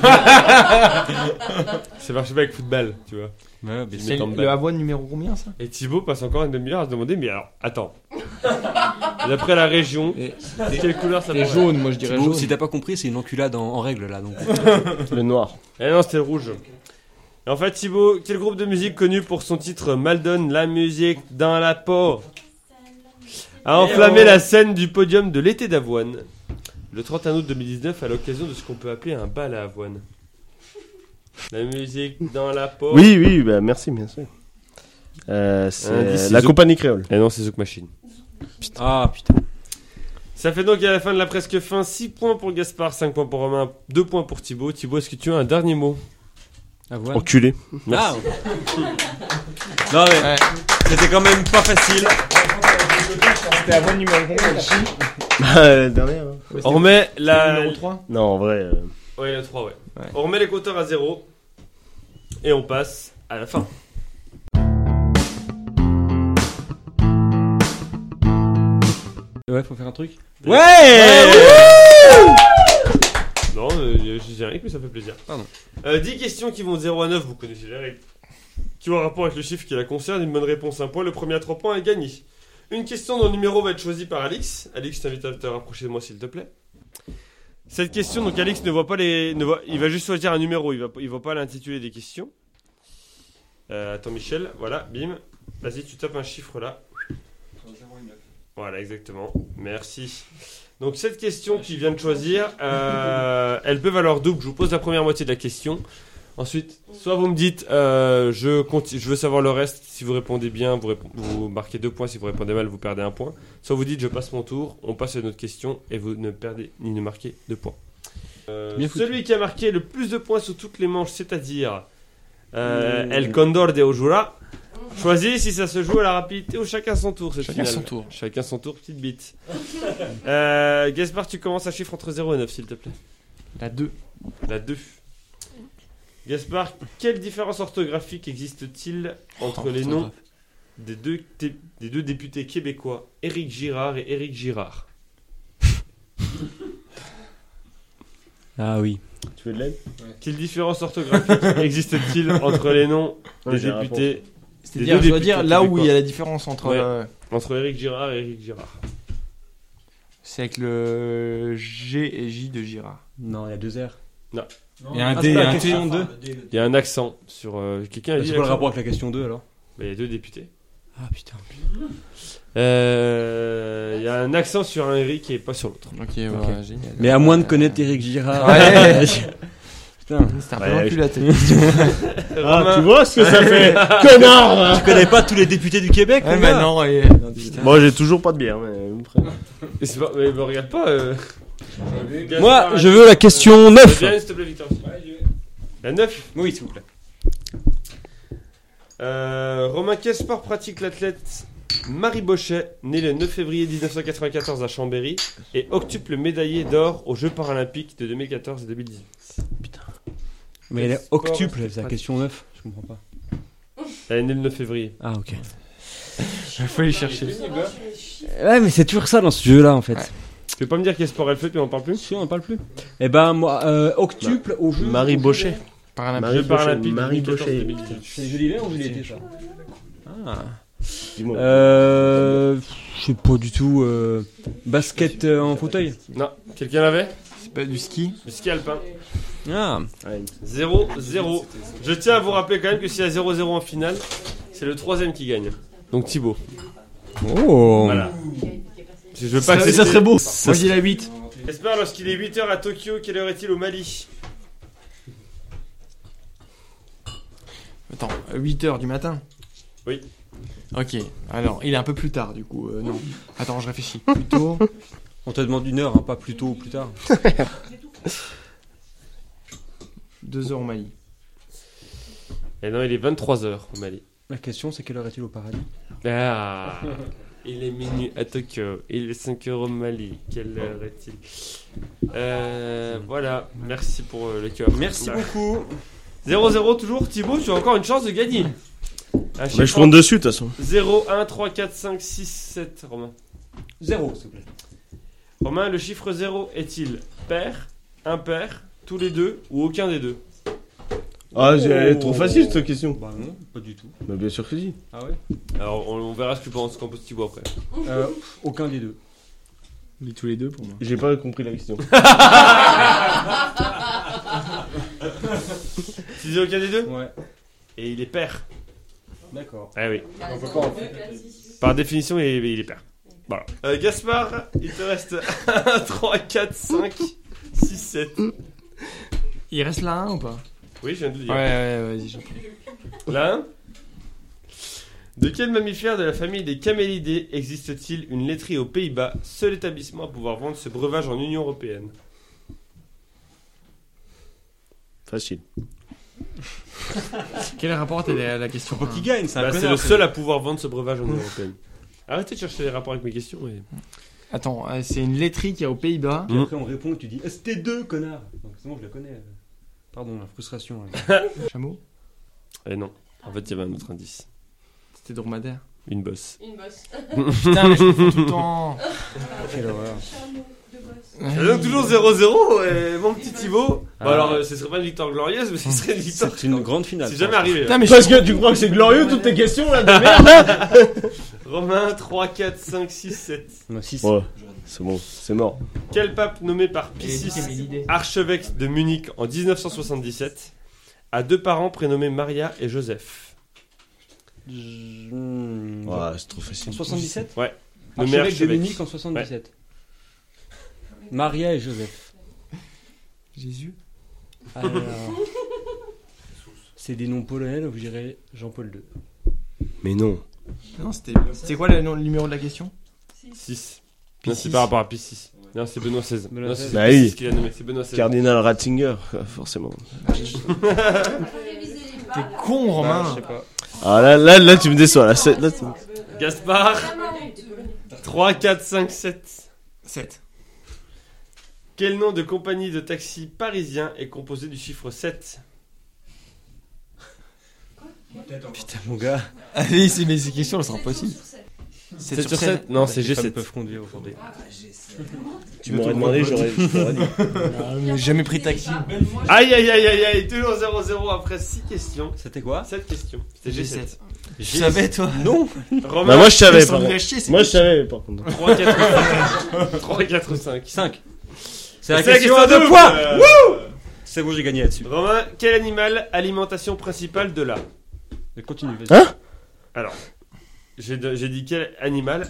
S1: Ça marche pas avec football, tu vois.
S5: Ouais,
S1: bah,
S5: mais
S4: Il
S5: c'est-
S4: met en bas.
S2: Le avoine numéro combien ça
S1: Et Thibaut passe encore une demi-heure à se demander, mais alors, attends. D'après la région,
S5: Et-
S1: quelle couleur ça
S2: Les
S1: pourrait
S2: jaunes, moi je dirais
S5: Thibaut,
S2: jaune.
S5: si t'as pas compris, c'est une enculade en, en règle là. Donc.
S4: Le noir.
S1: Eh non, c'était le rouge. Et en fait, Thibaut, quel groupe de musique connu pour son titre Maldon, la musique dans la peau a enflammé la scène du podium de l'été d'avoine le 31 août 2019 à l'occasion de ce qu'on peut appeler un bal à avoine. La musique dans la peau.
S4: Oui, oui, bah merci, bien sûr. Euh, c'est
S1: Indice,
S4: la
S1: ils ont-
S4: compagnie créole.
S1: Et Eh non, c'est Zouk Machine.
S5: Ah putain.
S1: Ça fait donc à la fin de la presque fin 6 points pour Gaspard, 5 points pour Romain, 2 points pour Thibaut. Thibaut, est-ce que tu as un dernier mot
S4: [laughs]
S5: Avoine.
S4: Enculé.
S5: Ah, ouais. non mais c'était quand même pas facile.
S2: C'était avoine numéro combien
S4: la dernière. hein.
S1: On remet la.
S2: Numéro 3
S4: Non, en vrai. euh,
S1: Ouais, la 3, ouais.
S2: Ouais.
S1: On remet les compteurs à 0 et on passe à la fin.
S5: Ouais, faut faire un truc.
S1: Ouais
S2: Eh
S1: Non, euh, je dis rien, mais ça fait plaisir.
S5: Pardon.
S1: Euh, 10 questions qui vont de 0 à 9, vous connaissez les règles. Qui ont un rapport avec le chiffre qui la concerne, une bonne réponse, un point. Le premier à 3 points est gagné. Une question dont le numéro va être choisi par Alix. Alix, je t'invite à te rapprocher de moi, s'il te plaît. Cette question, donc Alix ne voit pas les. Ne voit, il va juste choisir un numéro, il ne va, il voit pas l'intitulé des questions. Euh, attends, Michel, voilà, bim. Vas-y, tu tapes un chiffre là. Voilà, exactement. Merci. Donc cette question qui vient de choisir, euh, elle peut valoir double. Je vous pose la première moitié de la question. Ensuite, soit vous me dites, euh, je, conti- je veux savoir le reste. Si vous répondez bien, vous, rép- vous marquez deux points. Si vous répondez mal, vous perdez un point. Soit vous dites, je passe mon tour, on passe à une autre question et vous ne perdez ni ne marquez de points. Euh,
S5: Bien foutu.
S1: celui qui a marqué le plus de points sur toutes les manches, c'est-à-dire euh,
S2: Mm.
S1: El Condor de Ojura, choisis si ça se joue à la rapidité ou chacun son tour. Cette
S2: Chacun
S1: finale.
S2: son tour.
S1: Chacun son tour, petite bite. [laughs] euh, Gaspard, tu commences à chiffre entre 0 et 9, s'il te plaît.
S2: La 2.
S1: La 2. Gaspard, quelle différence orthographique existe-t-il entre les noms des deux, té- des deux députés québécois, Éric Girard et Éric Girard
S5: Ah oui.
S4: Tu veux de l'aide
S1: Quelle différence
S2: [laughs]
S1: orthographique existe-t-il entre les noms
S4: Ouais,
S1: des
S4: j'ai la
S1: députés
S2: C'est-à-dire,
S1: deux
S2: je dois
S1: députés
S2: dire, là où
S1: québécois.
S2: il y a la différence entre.
S1: Ouais.
S2: euh,
S1: Entre Éric Girard et Éric Girard.
S2: c'est avec le G et J de Girard.
S5: Non, il y a deux heures.
S3: Il y a un
S5: Ah,
S3: D,
S5: c'est pas
S3: un
S5: la
S3: T.
S5: question Ah, 2.
S1: Il y a un accent sur. euh, Quelqu'un a dit.
S5: C'est quoi le
S1: l'accent
S5: rapport avec la question 2 alors
S1: Bah, Il y a deux députés.
S5: Ah putain.
S1: Euh, Il y a un accent sur un Eric et pas sur l'autre.
S2: Ok,
S5: voilà,
S2: génial.
S5: Mais à moins de connaître Eric Girard.
S2: Ouais.
S5: [laughs] putain.
S2: C'est un peu
S4: Ouais,
S2: vaincu,
S4: je-
S2: la tête.
S4: [laughs] Ah,
S1: Romain.
S4: tu vois ce que ça [laughs] fait Connard hein.
S5: Tu connais pas tous les députés du Québec
S2: Ouais,
S5: mon
S2: mais
S5: gars
S2: Ah, non, et-
S4: Moi, j'ai toujours pas de bière. Mais... euh, après.
S1: Mais, c'est pas- mais- mais regarde pas. euh.
S5: Moi, je veux la question
S1: Euh,
S5: 9.
S1: Viens, s'il te plaît, Victor. La 9.
S5: Oui, s'il vous plaît.
S1: Euh, Romain, quel sport pratique l'athlète Marie Bochet, née le 9 février 1994 à Chambéry et octuple médaillé d'or aux Jeux paralympiques de 2014 et 2018
S5: Mais elle est
S1: Sport,
S5: octuple,
S1: c'est
S5: c'est la
S1: pratique.
S5: question 9. Je comprends pas.
S1: Elle est née le 9 février.
S5: Ah ok.
S2: Il faut les chercher.
S5: Ouais, mais c'est toujours ça dans ce jeu-là en fait.
S1: Tu peux pas me dire quel sport elle fait, puis on en parle plus
S5: Si on en parle plus. Eh ben moi, euh, octuple au jeu.
S4: Marie
S5: au jeu
S4: Bochet.
S5: d'hiver.
S2: Paralympique.
S4: Marie
S1: Jeux
S4: Bochet.
S1: paralympiques
S4: Marie
S1: 2014
S4: Bochet.
S1: 2018
S5: C'est les jeux d'hiver ou les d'été ça Ah.
S4: Dis-moi.
S5: Euh, je sais pas du tout. euh, basket euh, en fauteuil.
S1: Non, quelqu'un l'avait
S2: C'est pas du ski
S1: Le ski alpin.
S5: Ah.
S4: Ouais.
S1: 0-0. Je tiens à vous rappeler quand même que s'il y a 0-0 en finale, c'est le troisième qui gagne. Donc Thibaut.
S5: Oh.
S1: Voilà. Je veux pas que
S2: beau. Moi, j'ai la 8.
S1: J'espère lorsqu'il est 8h à Tokyo, quelle heure est-il au Mali
S2: Attends, 8h du matin
S1: Oui.
S2: Ok, alors il est un peu plus tard du coup, euh, non. Attends, je réfléchis. Plus tôt.
S5: On te demande une heure, hein, pas plus tôt ou plus tard.
S2: 2h au Mali.
S1: Eh non, il est 23h au Mali.
S5: La question c'est quelle heure est-il au paradis
S1: Ah Il est minuit à Tokyo, il est 5h au Mali. Quelle heure est-il Euh, Voilà, merci pour euh, le cœur.
S5: Merci
S1: Bah,
S5: beaucoup.
S1: 0-0 toujours, Thibaut, tu as encore une chance de gagner. Un
S4: Mais je
S1: chiffre
S4: compte dessus, de toute façon.
S1: 0, 1, 3, 4, 5, 6, 7, Romain.
S5: Zéro s'il vous plaît.
S1: Romain, le chiffre 0 est-il pair, impair, tous les deux ou aucun des deux
S4: Ah, j'ai- elle est trop facile cette question.
S3: Bah non, pas du tout.
S4: Bah, bien sûr que si.
S3: Ah ouais
S1: Alors on, on verra ce que tu penses, qu'en penses tu après.
S3: [laughs] Aucun des deux.
S2: Dis tous les deux pour moi.
S4: J'ai pas compris la question.
S1: Tu disais aucun des deux
S3: Ouais.
S1: Et il est père.
S3: D'accord.
S1: Ah oui.
S6: On
S7: peut
S6: peut
S7: pas en
S1: Par définition, il est, il est père. Voilà. Euh, Gaspard, il te reste [laughs] 1, 3, 4, 5, 6, 7.
S2: Il reste là un ou pas
S1: Oui, je viens de le dire.
S3: Ouais, ouais, vas-y.
S1: Là. hein. De quel mammifère de la famille des camélidés existe-t-il une laiterie aux Pays-Bas, seul établissement à pouvoir vendre ce breuvage en Union Européenne
S4: [laughs] Facile.
S2: Quel rapport t'as à la question hein
S3: Faut pas qu'il gagne, c'est un
S1: Bah, C'est
S3: connard,
S1: le seul à pouvoir vendre ce breuvage en Union Européenne. Arrêtez de chercher les rapports avec mes questions. et-
S2: Attends, euh, c'est une laiterie qui est aux Pays-Bas.
S1: Mm.
S3: Et après, on répond et tu dis Ah, C'était deux, connard Donc, c'est bon, je la connais. euh. Pardon, la frustration. hein. là.
S2: Chameau
S1: Eh non, en fait, il y avait un autre indice.
S2: C'était dromadaire.
S1: Une bosse.
S6: Une bosse.
S2: Putain, mais je me fous tout le temps.
S6: Chameau de bosse.
S1: Et Ah, donc toujours 0-0, et mon petit Thibaut. Bah alors, euh, ce serait pas une victoire glorieuse, mais ce serait une [laughs] victoire.
S5: C'est une grande finale.
S1: C'est jamais arrivé. hein.
S2: Putain, mais je
S4: Parce que tu crois que c'est glorieux toutes tes questions là
S3: [laughs]
S4: de merde
S1: Romain, 3, 4, 5, 6, 7.
S5: Non, six.
S4: Ouais, c'est bon, c'est mort.
S1: Quel pape nommé par Pie VI, archevêque de Munich en 1977, a deux parents prénommés Maria et Joseph
S3: Je- hmm,
S4: Ouais, c'est trop
S3: En
S4: facile.
S3: 77
S1: Ouais. Le meilleur
S3: Archevêque de
S1: archevêque.
S3: Munich en 77. Maria et Joseph.
S2: Jésus
S3: Alors, c'est des noms polonais, donc je dirais Jean-Paul II.
S4: Mais non.
S2: Non, c'était. C'est quoi le, nom- le numéro de la question
S1: 6.
S2: Pie
S1: Non, c'est
S2: VI.
S1: par rapport à Pie VI. Non, c'est Benoît XVI.
S3: Benoît
S1: Non, c'est
S4: Bah
S1: Pie VI
S4: oui.
S1: qu'il a nommé, c'est Benoît XVI.
S4: Cardinal Ratzinger, euh, forcément.
S6: Faut réviser les
S2: T'es
S6: barres.
S1: Bah,
S2: con, Romain
S3: pas.
S4: Ah là, là, là, tu me déçois. Là, c'est- là, tu-
S1: Gaspard,
S6: Vraiment honteux.
S1: 3, 4, 5, 7.
S2: 7.
S1: Quel nom de compagnie de taxi parisien est composé du chiffre 7
S3: Putain, mon gars.
S2: Allez, Ah c'est- mais ces questions, elles sont
S6: Sept
S2: impossibles.
S6: jours sur sept.
S2: 7
S1: Non, c'est
S3: Les femmes
S1: G7.
S3: peuvent conduire aujourd'hui.
S7: Ah,
S4: tu m'aurais demandé, j'aurais. j'aurais dit.
S2: J'ai jamais pris de taxi.
S1: Aïe aïe aïe aïe aïe, toujours 0-0 après 6 questions.
S3: C'était quoi
S1: 7 questions. C'était G7.
S2: Tu savais, toi
S3: Non
S1: Romain,
S4: Bah, moi, je savais
S2: Sans
S4: pas.
S2: nous lâcher, c'est
S4: Moi, je savais par contre.
S1: 3, 4, 5. 3, 4, 5.
S3: 5. C'est
S1: C'est
S3: la question à deux points C'est bon, j'ai gagné là-dessus.
S1: Romain, quel animal alimentation principale de la
S3: Mais Continue, vas-y.
S4: Hein
S1: J'ai de- j'ai dit quel animal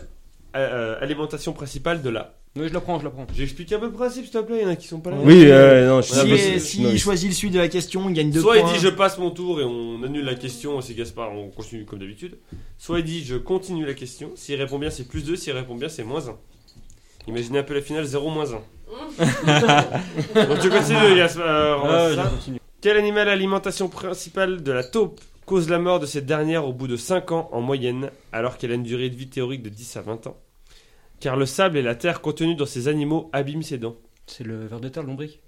S1: euh, euh, alimentation principale de la
S3: Oui, je la prends, je la prends.
S1: J'explique un peu le principe s'il te plaît, il y en a qui sont pas là.
S4: Oui, euh, non, je
S1: Ah,
S2: Si,
S1: bah,
S4: suis
S1: c'est-
S2: euh, si
S4: non,
S2: il choisit le suite de la question, il gagne 2
S1: Soit
S2: points.
S1: il dit je passe mon tour et on annule la question, si Gaspard on continue comme d'habitude. Soit il dit je continue la question, s'il répond bien c'est plus 2, s'il répond bien c'est moins 1. Imaginez un peu la finale 0 moins 1. Donc tu continues Gaspard. euh, on va
S3: Ah,
S1: faire
S3: je
S1: ça.
S3: continue.
S1: Quel animal alimentation principale de la taupe cause la mort de cette dernière au bout de 5 ans en moyenne, alors qu'elle a une durée de vie théorique de 10 à 20 ans Car le sable et la terre contenus dans ces animaux abîment ses dents.
S3: C'est le ver de terre, l'ombric.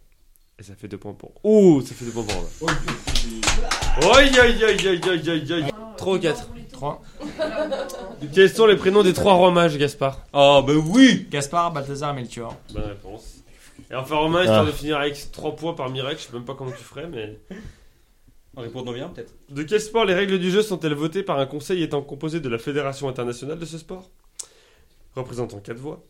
S1: Et ça fait deux points pour. Ouh, ça fait deux points pour. Romain. Aïe aïe aïe aïe aïe aïe aïe. 3 ou 4
S2: 3.
S1: Quels sont les prénoms des trois rois mages, Gaspard
S3: Ah, bah oui
S2: Gaspard, Balthazar, Melchior.
S1: Bonne réponse. Et enfin, Romain, histoire
S4: Ah.
S1: de finir avec 3 points par miracle, je sais même pas comment tu ferais, mais.
S3: En répondant bien, peut-être.
S1: De quel sport les règles du jeu sont-elles votées par un conseil étant composé de la Fédération internationale de ce sport Représentant 4 voix.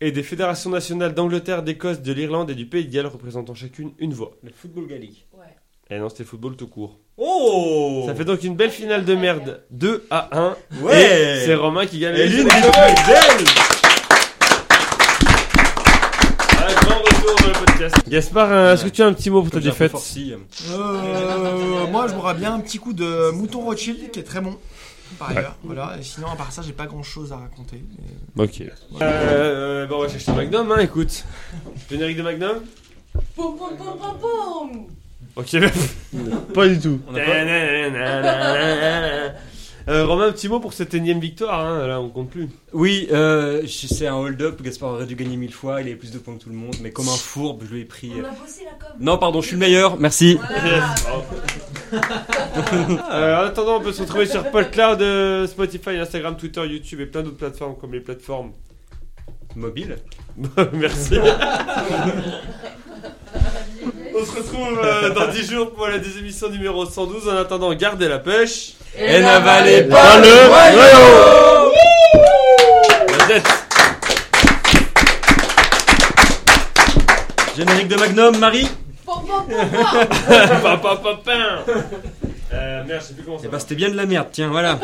S1: Et des fédérations nationales d'Angleterre, d'Écosse, de l'Irlande et du Pays de Galles représentant chacune une voix.
S3: Le football gallique.
S6: Ouais.
S1: Et Eh non, c'était football tout court.
S3: Oh
S1: Ça fait donc une belle finale de merde. 2 à 1. Et
S3: Ouais
S1: C'est Romain qui gagne.
S3: Et l'une des
S1: Un grand retour dans le podcast. Gaspard, euh, est-ce que tu as un petit mot pour ta
S3: Comme j'ai un peu
S1: défaite
S3: forci.
S2: Euh, moi, je bourrais bien un petit coup de mouton Rothschild qui est très bon. Par ailleurs, voilà. Et sinon, à part ça, j'ai pas grand chose à raconter.
S1: Ok. Euh, euh, bon, on va chercher Magnum, hein, écoute. Générique de Magnum
S6: Poum, poum, poum, poum, poum.
S1: Ok. [laughs]
S4: Pas du tout.
S3: On a pas-
S1: Euh, Romain, un petit mot pour cette énième victoire, hein, là on compte plus.
S3: Oui, euh, je- c'est un hold-up. Gaspard aurait dû gagner mille fois. Il avait plus de points que tout le monde. Mais comme un fourbe, je lui ai pris.
S6: On
S3: euh,
S6: a bossé la com.
S3: Non, pardon, je suis le meilleur. Merci.
S6: Voilà.
S1: Euh, en attendant, on peut se retrouver sur PodCloud, euh, Spotify, Instagram, Twitter, YouTube et plein d'autres plateformes comme les plateformes [laughs]
S3: Mobile.
S1: Merci. On se retrouve retrouve euh, dans 10 jours pour la désémission numéro 112. En attendant, gardez la pêche.
S5: Et n'avalez
S4: Dans le noyau
S1: La tête.
S5: Générique de Magnum, Marie
S6: Pom, pom, pom, pom.
S1: Pa, pa, pa, pain. Euh, merde, je sais plus comment ça
S5: Eh
S1: va.
S5: ben, c'était bien de la merde, tiens, voilà.